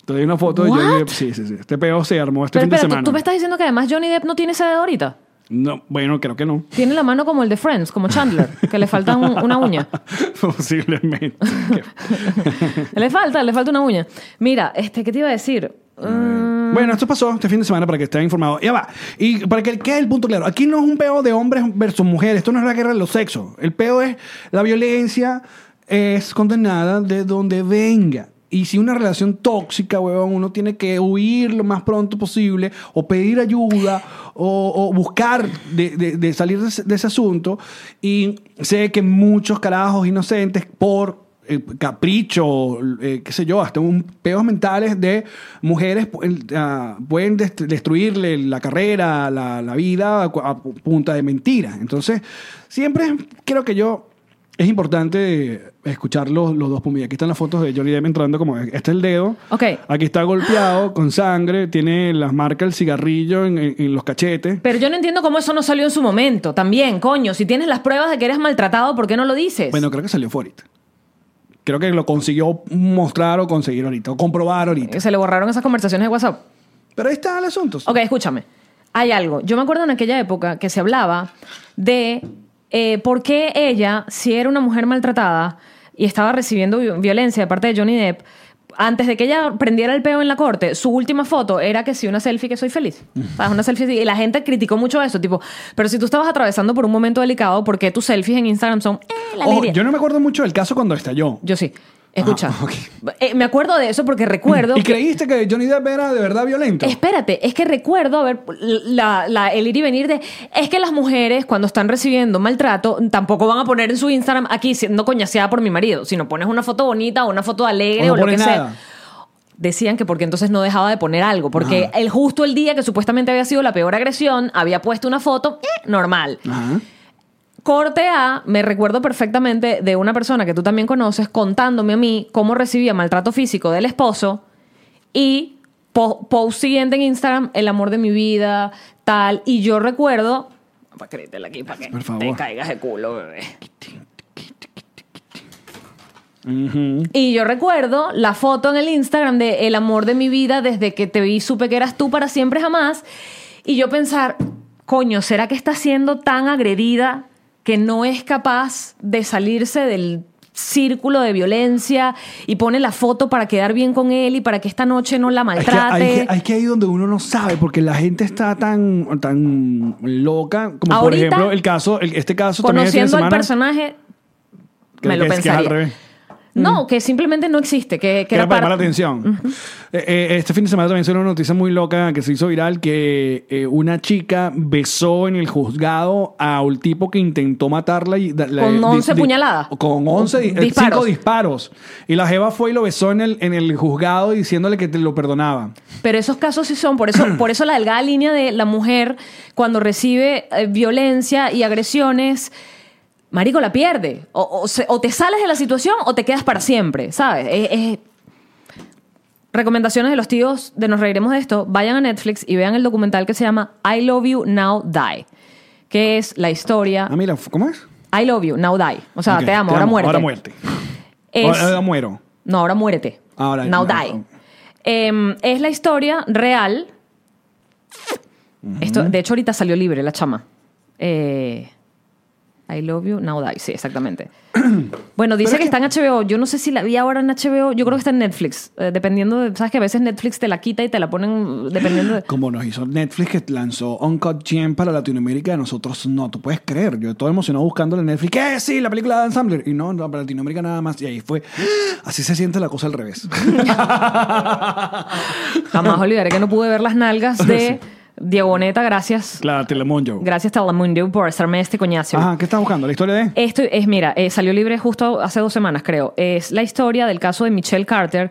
Speaker 4: Entonces hay una foto de Johnny
Speaker 2: What?
Speaker 4: Depp. Sí, sí, sí. Este peo se armó este
Speaker 2: Pero
Speaker 4: fin de
Speaker 2: espera,
Speaker 4: semana.
Speaker 2: ¿tú, tú me estás diciendo que además Johnny Depp no tiene ese dedo ahorita.
Speaker 4: No, bueno, creo que no.
Speaker 2: Tiene la mano como el de Friends, como Chandler, que le falta un- una uña.
Speaker 4: Posiblemente.
Speaker 2: Le falta, le falta una uña. Mira, este, ¿qué te iba a decir? Mm,
Speaker 4: bueno, esto pasó este fin de semana para que estén informados. Ya va. Y para que quede el punto claro, aquí no es un peo de hombres versus mujeres, esto no es la guerra de los sexos. El peo es la violencia es condenada de donde venga. Y si una relación tóxica, huevón, uno tiene que huir lo más pronto posible o pedir ayuda o, o buscar de, de- de salir de ese- de ese asunto. Y sé que muchos carajos inocentes por eh, capricho, eh, qué sé yo, hasta un peos mentales de mujeres pu- el- ah, pueden dest- destruirle la carrera, la, la vida a, cu- a pu- punta de mentiras. Entonces, siempre creo que yo es importante escuchar los, los dos puntos. Aquí están las fotos de Johnny Depp entrando como este es el dedo.
Speaker 2: Ok.
Speaker 4: Aquí está golpeado con sangre, tiene las marcas del cigarrillo en, en- en los cachetes.
Speaker 2: Pero yo no entiendo cómo eso no salió en su momento. También, coño, si tienes las pruebas de que eres maltratado, ¿por qué no lo dices?
Speaker 4: Bueno, creo que salió Forit. Creo que lo consiguió mostrar o conseguir ahorita, o comprobar ahorita.
Speaker 2: se le borraron esas conversaciones de WhatsApp.
Speaker 4: Pero ahí está el asunto.
Speaker 2: Ok, escúchame. Hay algo. Yo me acuerdo en aquella época que se hablaba de eh, por qué ella, si era una mujer maltratada y estaba recibiendo vi- violencia de parte de Johnny Depp, antes de que ella prendiera el peo en la corte, su última foto era que sí, una selfie que soy feliz. ¿Sabes? Una selfie. así. Y la gente criticó mucho eso. Tipo, pero si tú estabas atravesando por un momento delicado, ¿por qué tus selfies en Instagram son eh, la
Speaker 4: Ojo,
Speaker 2: alegría?
Speaker 4: Oh, yo no me acuerdo mucho del caso cuando estalló.
Speaker 2: Yo sí. Escucha.
Speaker 4: Ah, ok.
Speaker 2: Eh, me acuerdo de eso porque recuerdo.
Speaker 4: ¿Y
Speaker 2: que-
Speaker 4: creíste que Johnny Depp era de verdad violento?
Speaker 2: Espérate, es que recuerdo a ver la, la- el ir y venir de. Es que las mujeres, cuando están recibiendo maltrato, tampoco van a poner en su Instagram aquí siendo coñaseada por mi marido, sino pones una foto bonita o una foto alegre
Speaker 4: O no
Speaker 2: o, lo
Speaker 4: pones
Speaker 2: que
Speaker 4: nada.
Speaker 2: sea. Decían que porque entonces no dejaba de poner algo, porque
Speaker 4: Ajá.
Speaker 2: el justo el día que supuestamente había sido la peor agresión, había puesto una foto eh, normal.
Speaker 4: Ajá.
Speaker 2: Corte A, me recuerdo perfectamente de una persona que tú también conoces contándome a mí cómo recibía maltrato físico del esposo y po- post siguiente en Instagram, el amor de mi vida, tal. Y yo recuerdo, pues créetela aquí para que
Speaker 4: Por favor.
Speaker 2: te caigas de culo, bebé. Y yo recuerdo la foto en el Instagram de El amor de mi vida, desde que te vi, supe que eras tú para siempre jamás. Y yo pensar, coño, ¿será que está siendo tan agredida que no es capaz de salirse del círculo de violencia y pone la foto para quedar bien con él y para que esta noche no la
Speaker 4: Es que, hay,
Speaker 2: maltrate?
Speaker 4: que, hay que ahí donde uno no sabe, porque la gente está tan, tan loca. Como por
Speaker 2: Ahorita,
Speaker 4: ejemplo, el caso, el- este caso también este fin de
Speaker 2: Conociendo al
Speaker 4: semana,
Speaker 2: personaje,
Speaker 4: que-
Speaker 2: me lo
Speaker 4: que es- que es al
Speaker 2: pensaría.
Speaker 4: revés.
Speaker 2: no, que simplemente no existe, que, que
Speaker 4: Que era para llamar
Speaker 2: parte-
Speaker 4: la atención. Eh, eh, este fin de semana también salió una noticia muy loca que se hizo viral que eh, una chica besó en el juzgado a un tipo que intentó matarla. Y, da- la-
Speaker 2: Con
Speaker 4: di-
Speaker 2: 11
Speaker 4: di-
Speaker 2: puñaladas.
Speaker 4: Con 11 di- eh,
Speaker 2: Disparos.
Speaker 4: cinco disparos. Y la jeva fue y lo besó en el, en el juzgado diciéndole que te lo perdonaba.
Speaker 2: Pero esos casos sí son, por eso, por eso la delgada línea de la mujer cuando recibe eh, violencia y agresiones, marico, la pierde. O, o se- o te sales de la situación o te quedas para siempre, ¿sabes? Es- es- Recomendaciones de los tíos de Nos Reiremos de Esto. Vayan a Netflix y vean el documental que se llama I Love You Now Die, que es la historia
Speaker 4: Ah, mira, ¿cómo es?
Speaker 2: I Love You Now Die. O sea,
Speaker 4: Ok,
Speaker 2: te amo, ahora muerte.
Speaker 4: Ahora muerte.
Speaker 2: Es-
Speaker 4: Ahora, ahora muero.
Speaker 2: no, ahora muérete.
Speaker 4: Ahora-
Speaker 2: Now
Speaker 4: no.
Speaker 2: die. Em, es la historia real. Esto, de hecho, ahorita salió libre la chama. Eh, I love you, now die. Sí, exactamente. bueno, dice
Speaker 4: Pero es
Speaker 2: que,
Speaker 4: que-
Speaker 2: está en HBO. Yo no sé si la vi ahora en HBO. Yo creo que está en Netflix. eh, dependiendo de. Sabes que a veces Netflix te la quita y te la ponen. Dependiendo de.
Speaker 4: Como nos hizo Netflix que lanzó Uncut Gem para Latinoamérica, nosotros no, tú puedes creer. Yo todo emocionado buscando en Netflix, ¡eh, sí! La película de Ensemble. Y no, no, para Latinoamérica nada más. Y ahí fue, ¡ah! así se siente la cosa al revés.
Speaker 2: Jamás olvidaré que no pude ver las nalgas de Diego Boneta. Gracias.
Speaker 4: la Telemundo.
Speaker 2: Gracias, Telemundo, por hacerme este coñazo.
Speaker 4: Ajá, ¿qué estás buscando? ¿La historia de?
Speaker 2: Esto es, mira, eh, salió libre justo hace dos semanas, creo. Es la historia del caso de Michelle Carter,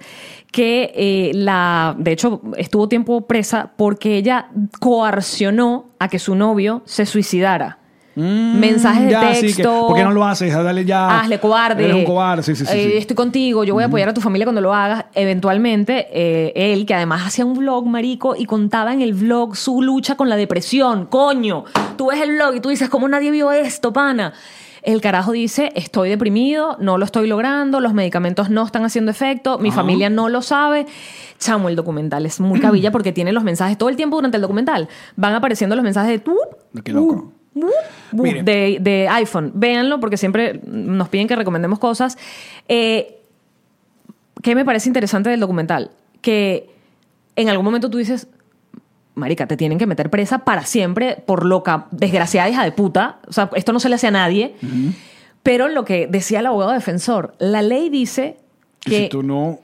Speaker 2: que eh, la, de hecho, estuvo tiempo presa porque ella coercionó a que su novio se suicidara. Eh, Mensajes de
Speaker 4: Mm, ya, sí,
Speaker 2: texto.
Speaker 4: que, ¿Por qué no lo haces? Ah, Dale ya.
Speaker 2: Hazle cobarde.
Speaker 4: Eres un cobarde, sí, sí, sí.
Speaker 2: Eh,
Speaker 4: sí.
Speaker 2: Estoy contigo, yo voy a apoyar a tu familia cuando lo hagas. Eventualmente, eh, él, que además hacía un vlog, marico, y contaba en el vlog su lucha con la depresión. Coño, tú ves el vlog y tú dices, ¿cómo nadie vio esto, pana? El carajo dice, estoy deprimido, no lo estoy logrando, los medicamentos no están haciendo efecto,
Speaker 4: Ah.
Speaker 2: mi familia no lo sabe. Chamo, el documental es muy cabilla porque tiene los mensajes todo el tiempo durante el documental. Van apareciendo los mensajes de tú. uh,
Speaker 4: Qué loco.
Speaker 2: Bu-
Speaker 4: Miren.
Speaker 2: de, de iPhone. Véanlo porque siempre nos piden que recomendemos cosas. Eh, ¿Qué me parece interesante del documental? Que en algún momento tú dices, Marica, te tienen que meter presa para siempre por loca, desgraciada hija de puta. O sea, esto no se le hace a nadie. Pero lo que decía el abogado defensor, la ley dice
Speaker 4: Y
Speaker 2: que
Speaker 4: si tú no.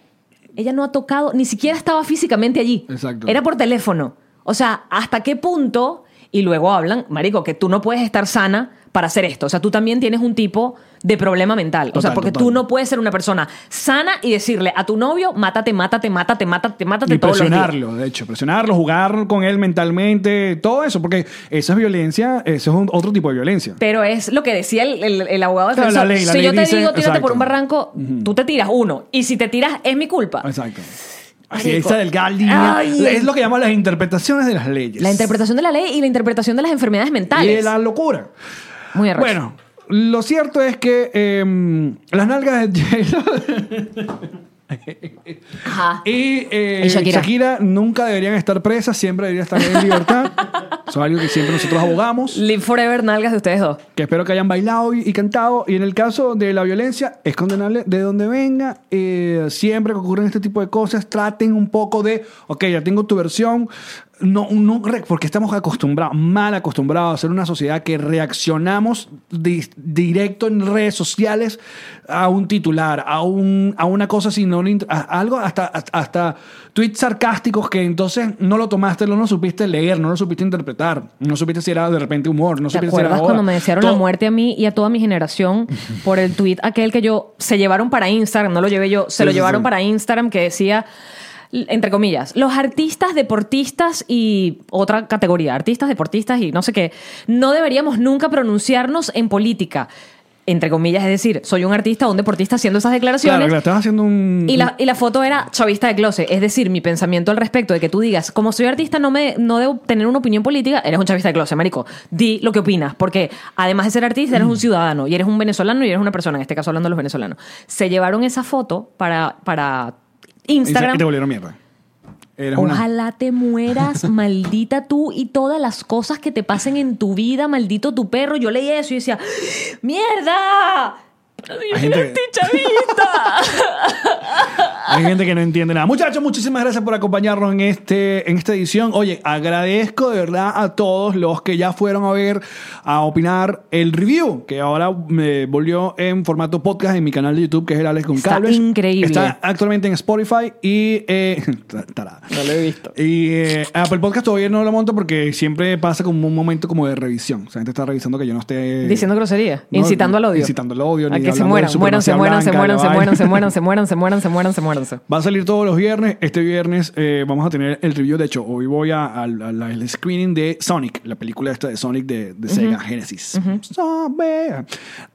Speaker 2: ella no ha tocado, ni siquiera estaba físicamente allí.
Speaker 4: Exacto.
Speaker 2: Era por teléfono. O sea, ¿hasta qué punto y luego hablan, marico, que tú no puedes estar sana para hacer esto. O sea, tú también tienes un tipo de problema mental. o sea,
Speaker 4: Total,
Speaker 2: porque
Speaker 4: total.
Speaker 2: tú no puedes ser una persona sana y decirle a tu novio, mátate, mátate, mátate, mátate, mátate
Speaker 4: Y
Speaker 2: todos los días.
Speaker 4: presionarlo, de hecho, presionarlo, jugar con él mentalmente, todo eso, porque esa es violencia, eso es un- otro tipo de violencia.
Speaker 2: Pero es lo que decía el, el- el abogado
Speaker 4: Claro,
Speaker 2: defensor.
Speaker 4: la ley, la
Speaker 2: si
Speaker 4: ley
Speaker 2: yo te
Speaker 4: dice-
Speaker 2: digo tírate
Speaker 4: exacto.
Speaker 2: por un barranco, tú te tiras uno. Y si te tiras, es mi culpa.
Speaker 4: Exacto. Así,
Speaker 2: Marico.
Speaker 4: esa delgada línea,
Speaker 2: Ay.
Speaker 4: es lo que llaman las interpretaciones de las leyes.
Speaker 2: La interpretación de la ley y la interpretación de las enfermedades
Speaker 4: y
Speaker 2: mentales.
Speaker 4: de la locura.
Speaker 2: Muy arrecho.
Speaker 4: Bueno, lo cierto es que em, las nalgas de
Speaker 2: Ajá.
Speaker 4: Y, eh,
Speaker 2: Y
Speaker 4: Shakira.
Speaker 2: Shakira.
Speaker 4: nunca deberían estar presas, siempre deberían estar en libertad. Eso es algo que siempre nosotros abogamos.
Speaker 2: Live forever, nalgas de ustedes dos.
Speaker 4: Que espero que hayan bailado y, y cantado. Y en el caso de la violencia, es condenable de donde venga. Eh, siempre que ocurren este tipo de cosas, traten un poco de, ok, ya tengo tu versión. No, no, re- porque estamos acostumbrados, mal acostumbrados a ser una sociedad que reaccionamos di- directo en redes sociales a un titular, a, un, a una cosa sin un int- a- a algo, hasta, hasta, hasta tweets sarcásticos que entonces no lo tomaste, no lo supiste leer, no lo supiste interpretar, no supiste si era de repente humor, no
Speaker 2: ¿Te
Speaker 4: supiste si era
Speaker 2: acuerdas
Speaker 4: joda.
Speaker 2: cuando me desearon
Speaker 4: Todo-
Speaker 2: la muerte a mí y a toda mi generación por el tweet aquel que yo se llevaron para Instagram, no lo llevé yo, se
Speaker 4: Sí,
Speaker 2: lo
Speaker 4: sí,
Speaker 2: llevaron
Speaker 4: sí.
Speaker 2: para Instagram que decía l- entre comillas, los artistas, deportistas y otra categoría, artistas, deportistas y no sé qué, no deberíamos nunca pronunciarnos en política. Entre comillas, es decir, soy un artista o un deportista haciendo esas declaraciones.
Speaker 4: Claro, claro, estás haciendo un.
Speaker 2: Y la, y la foto era chavista de closet. Es decir, mi pensamiento al respecto de que tú digas, como soy artista, no, me, no debo tener una opinión política, eres un chavista de closet, marico. Di lo que opinas, porque además de ser artista, eres un ciudadano y eres un venezolano y eres una persona, en este caso hablando de los venezolanos. Se llevaron esa foto para, para
Speaker 4: Y te
Speaker 2: Instagram.
Speaker 4: volvieron mierda. Eres una-
Speaker 2: Ojalá te mueras, maldita tú y todas las cosas que te pasen en tu vida, maldito tu perro. Yo leí eso y decía, ¡mierda!
Speaker 4: Hay gente que-
Speaker 2: ¡Estoy chavista!
Speaker 4: Hay gente que no entiende nada. Muchachos, muchísimas gracias por acompañarnos en, este, en esta edición. Oye, agradezco de verdad a todos los que ya fueron a ver, a opinar el review, que ahora me volvió en formato podcast en mi canal de YouTube, que es el Alex con
Speaker 2: Está
Speaker 4: Cables.
Speaker 2: increíble.
Speaker 4: Está actualmente en Spotify y... eh, tarada.
Speaker 2: No lo he visto.
Speaker 4: Y eh, Apple Podcast todavía no lo monto porque siempre pasa como un momento como de revisión. O sea, la gente está revisando que yo no esté...
Speaker 2: Diciendo grosería,
Speaker 4: No,
Speaker 2: incitando al odio.
Speaker 4: incitando al odio,
Speaker 2: A
Speaker 4: ni
Speaker 2: que se
Speaker 4: hablando
Speaker 2: mueran,
Speaker 4: de
Speaker 2: mueran, se
Speaker 4: supremacía
Speaker 2: mueran, se
Speaker 4: blanca,
Speaker 2: mueran,
Speaker 4: la
Speaker 2: se mueran,
Speaker 4: vaina.
Speaker 2: se mueran, se mueran, se mueran, se mueran, se mueran, se
Speaker 4: Va a salir todos los viernes. Este viernes eh, vamos a tener el review. De hecho, hoy voy a- al al- al screening de Sonic, la película esta de Sonic de, de Sega Genesis. Zombie.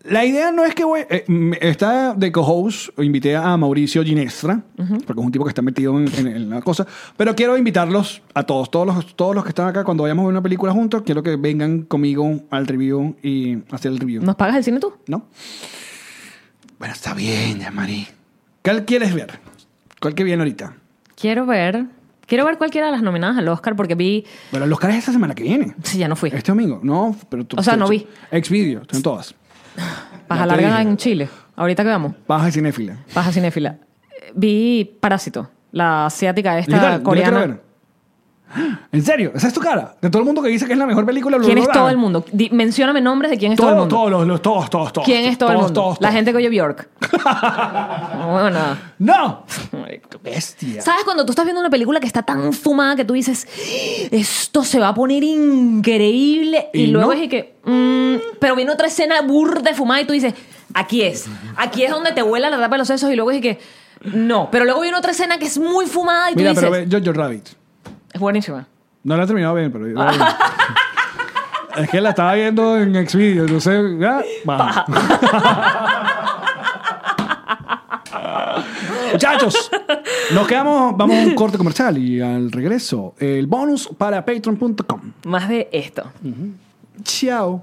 Speaker 4: La idea no es que voy. eh, mm, está de co-host. Invité a Mauricio Ginestra, porque es un tipo que está metido en, en- en la cosa. Pero quiero invitarlos a todos, todos los, todos los que están acá. Cuando vayamos a ver una película juntos, quiero que vengan conmigo al review y hacer el review.
Speaker 2: ¿Nos pagas el cine tú?
Speaker 4: ¿no? Bueno, está bien, ya, Mari. ¿Cuál quieres ver? ¿Cuál que viene ahorita?
Speaker 2: Quiero ver. Quiero ver cualquiera de las nominadas al Oscar porque vi.
Speaker 4: Bueno, los caras esta semana que viene.
Speaker 2: Sí, ya no fui.
Speaker 4: Este domingo. No, pero tú.
Speaker 2: O sea, no vi.
Speaker 4: Exvideo, están todas.
Speaker 2: Paja
Speaker 4: te
Speaker 2: larga
Speaker 4: dije.
Speaker 2: en Chile. Ahorita que vamos.
Speaker 4: Baja de cinéfila.
Speaker 2: Paja cinéfila. Eh, Vi Parásito, la asiática
Speaker 4: ¿Y qué tal? Yo
Speaker 2: esta
Speaker 4: la quiero
Speaker 2: coreana.
Speaker 4: ver. ¿En serio? ¿Esa es tu cara? De todo el mundo que dice que es la mejor película. bla,
Speaker 2: ¿Quién
Speaker 4: bla,
Speaker 2: es
Speaker 4: bla.
Speaker 2: todo el mundo? Di- mencióname nombres de quién es todo, el
Speaker 4: Todos,
Speaker 2: mundo.
Speaker 4: todos, los- los- todos, todos, todos.
Speaker 2: ¿Quién es todo
Speaker 4: Todos,
Speaker 2: el mundo?
Speaker 4: todos,
Speaker 2: La
Speaker 4: todos.
Speaker 2: gente que oye Bjork. bueno,
Speaker 4: ¡No!
Speaker 2: marico.
Speaker 4: ¡Bestia!
Speaker 2: ¿Sabes cuando tú estás viendo una película que está tan fumada que tú dices, esto se va a poner increíble? Y,
Speaker 4: ¿Y no?
Speaker 2: luego es y que, "Mm", pero viene otra escena burda de fumada y tú dices, aquí es, aquí es donde te vuela la tapa de los sesos y luego es y que, no, pero luego viene otra escena que es muy fumada y tú
Speaker 4: Mira,
Speaker 2: dices,
Speaker 4: pero ve, Jojo Rabbit.
Speaker 2: es buenísima.
Speaker 4: No la he terminado bien, pero. es que la estaba viendo en Xvideo, entonces. Ya, baja. Muchachos, nos quedamos. Vamos a un corte comercial y al regreso, el bonus para patreon.com.
Speaker 2: Más de esto.
Speaker 4: Chao.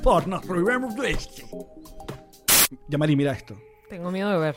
Speaker 4: por nos Remember Blessed. Yamari, mira esto.
Speaker 2: Tengo miedo de ver.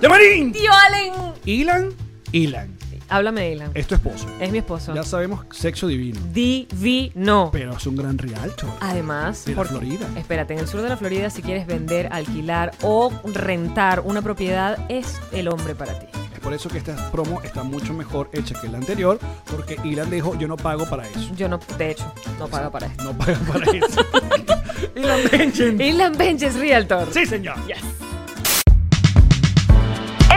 Speaker 4: ¡Llamarín!
Speaker 2: Tío Allen.
Speaker 4: Ilan, Ilan,
Speaker 2: Háblame de Ilan.
Speaker 4: es tu esposo.
Speaker 2: Es mi esposo.
Speaker 4: Ya sabemos, sexo divino.
Speaker 2: Divino.
Speaker 4: Pero es un gran rialto.
Speaker 2: Además,
Speaker 4: De la Florida.
Speaker 2: Espérate, en el sur de la Florida, si quieres vender, alquilar o rentar una propiedad, es el hombre para ti.
Speaker 4: Es por eso que esta promo está mucho mejor hecha que la anterior, porque Ilan dijo, yo no pago para eso.
Speaker 2: Yo no, de hecho, no paga para esto.
Speaker 4: No paga para eso. Ilan Benjen.
Speaker 2: Inland Benches Realtor.
Speaker 4: Sí, señor.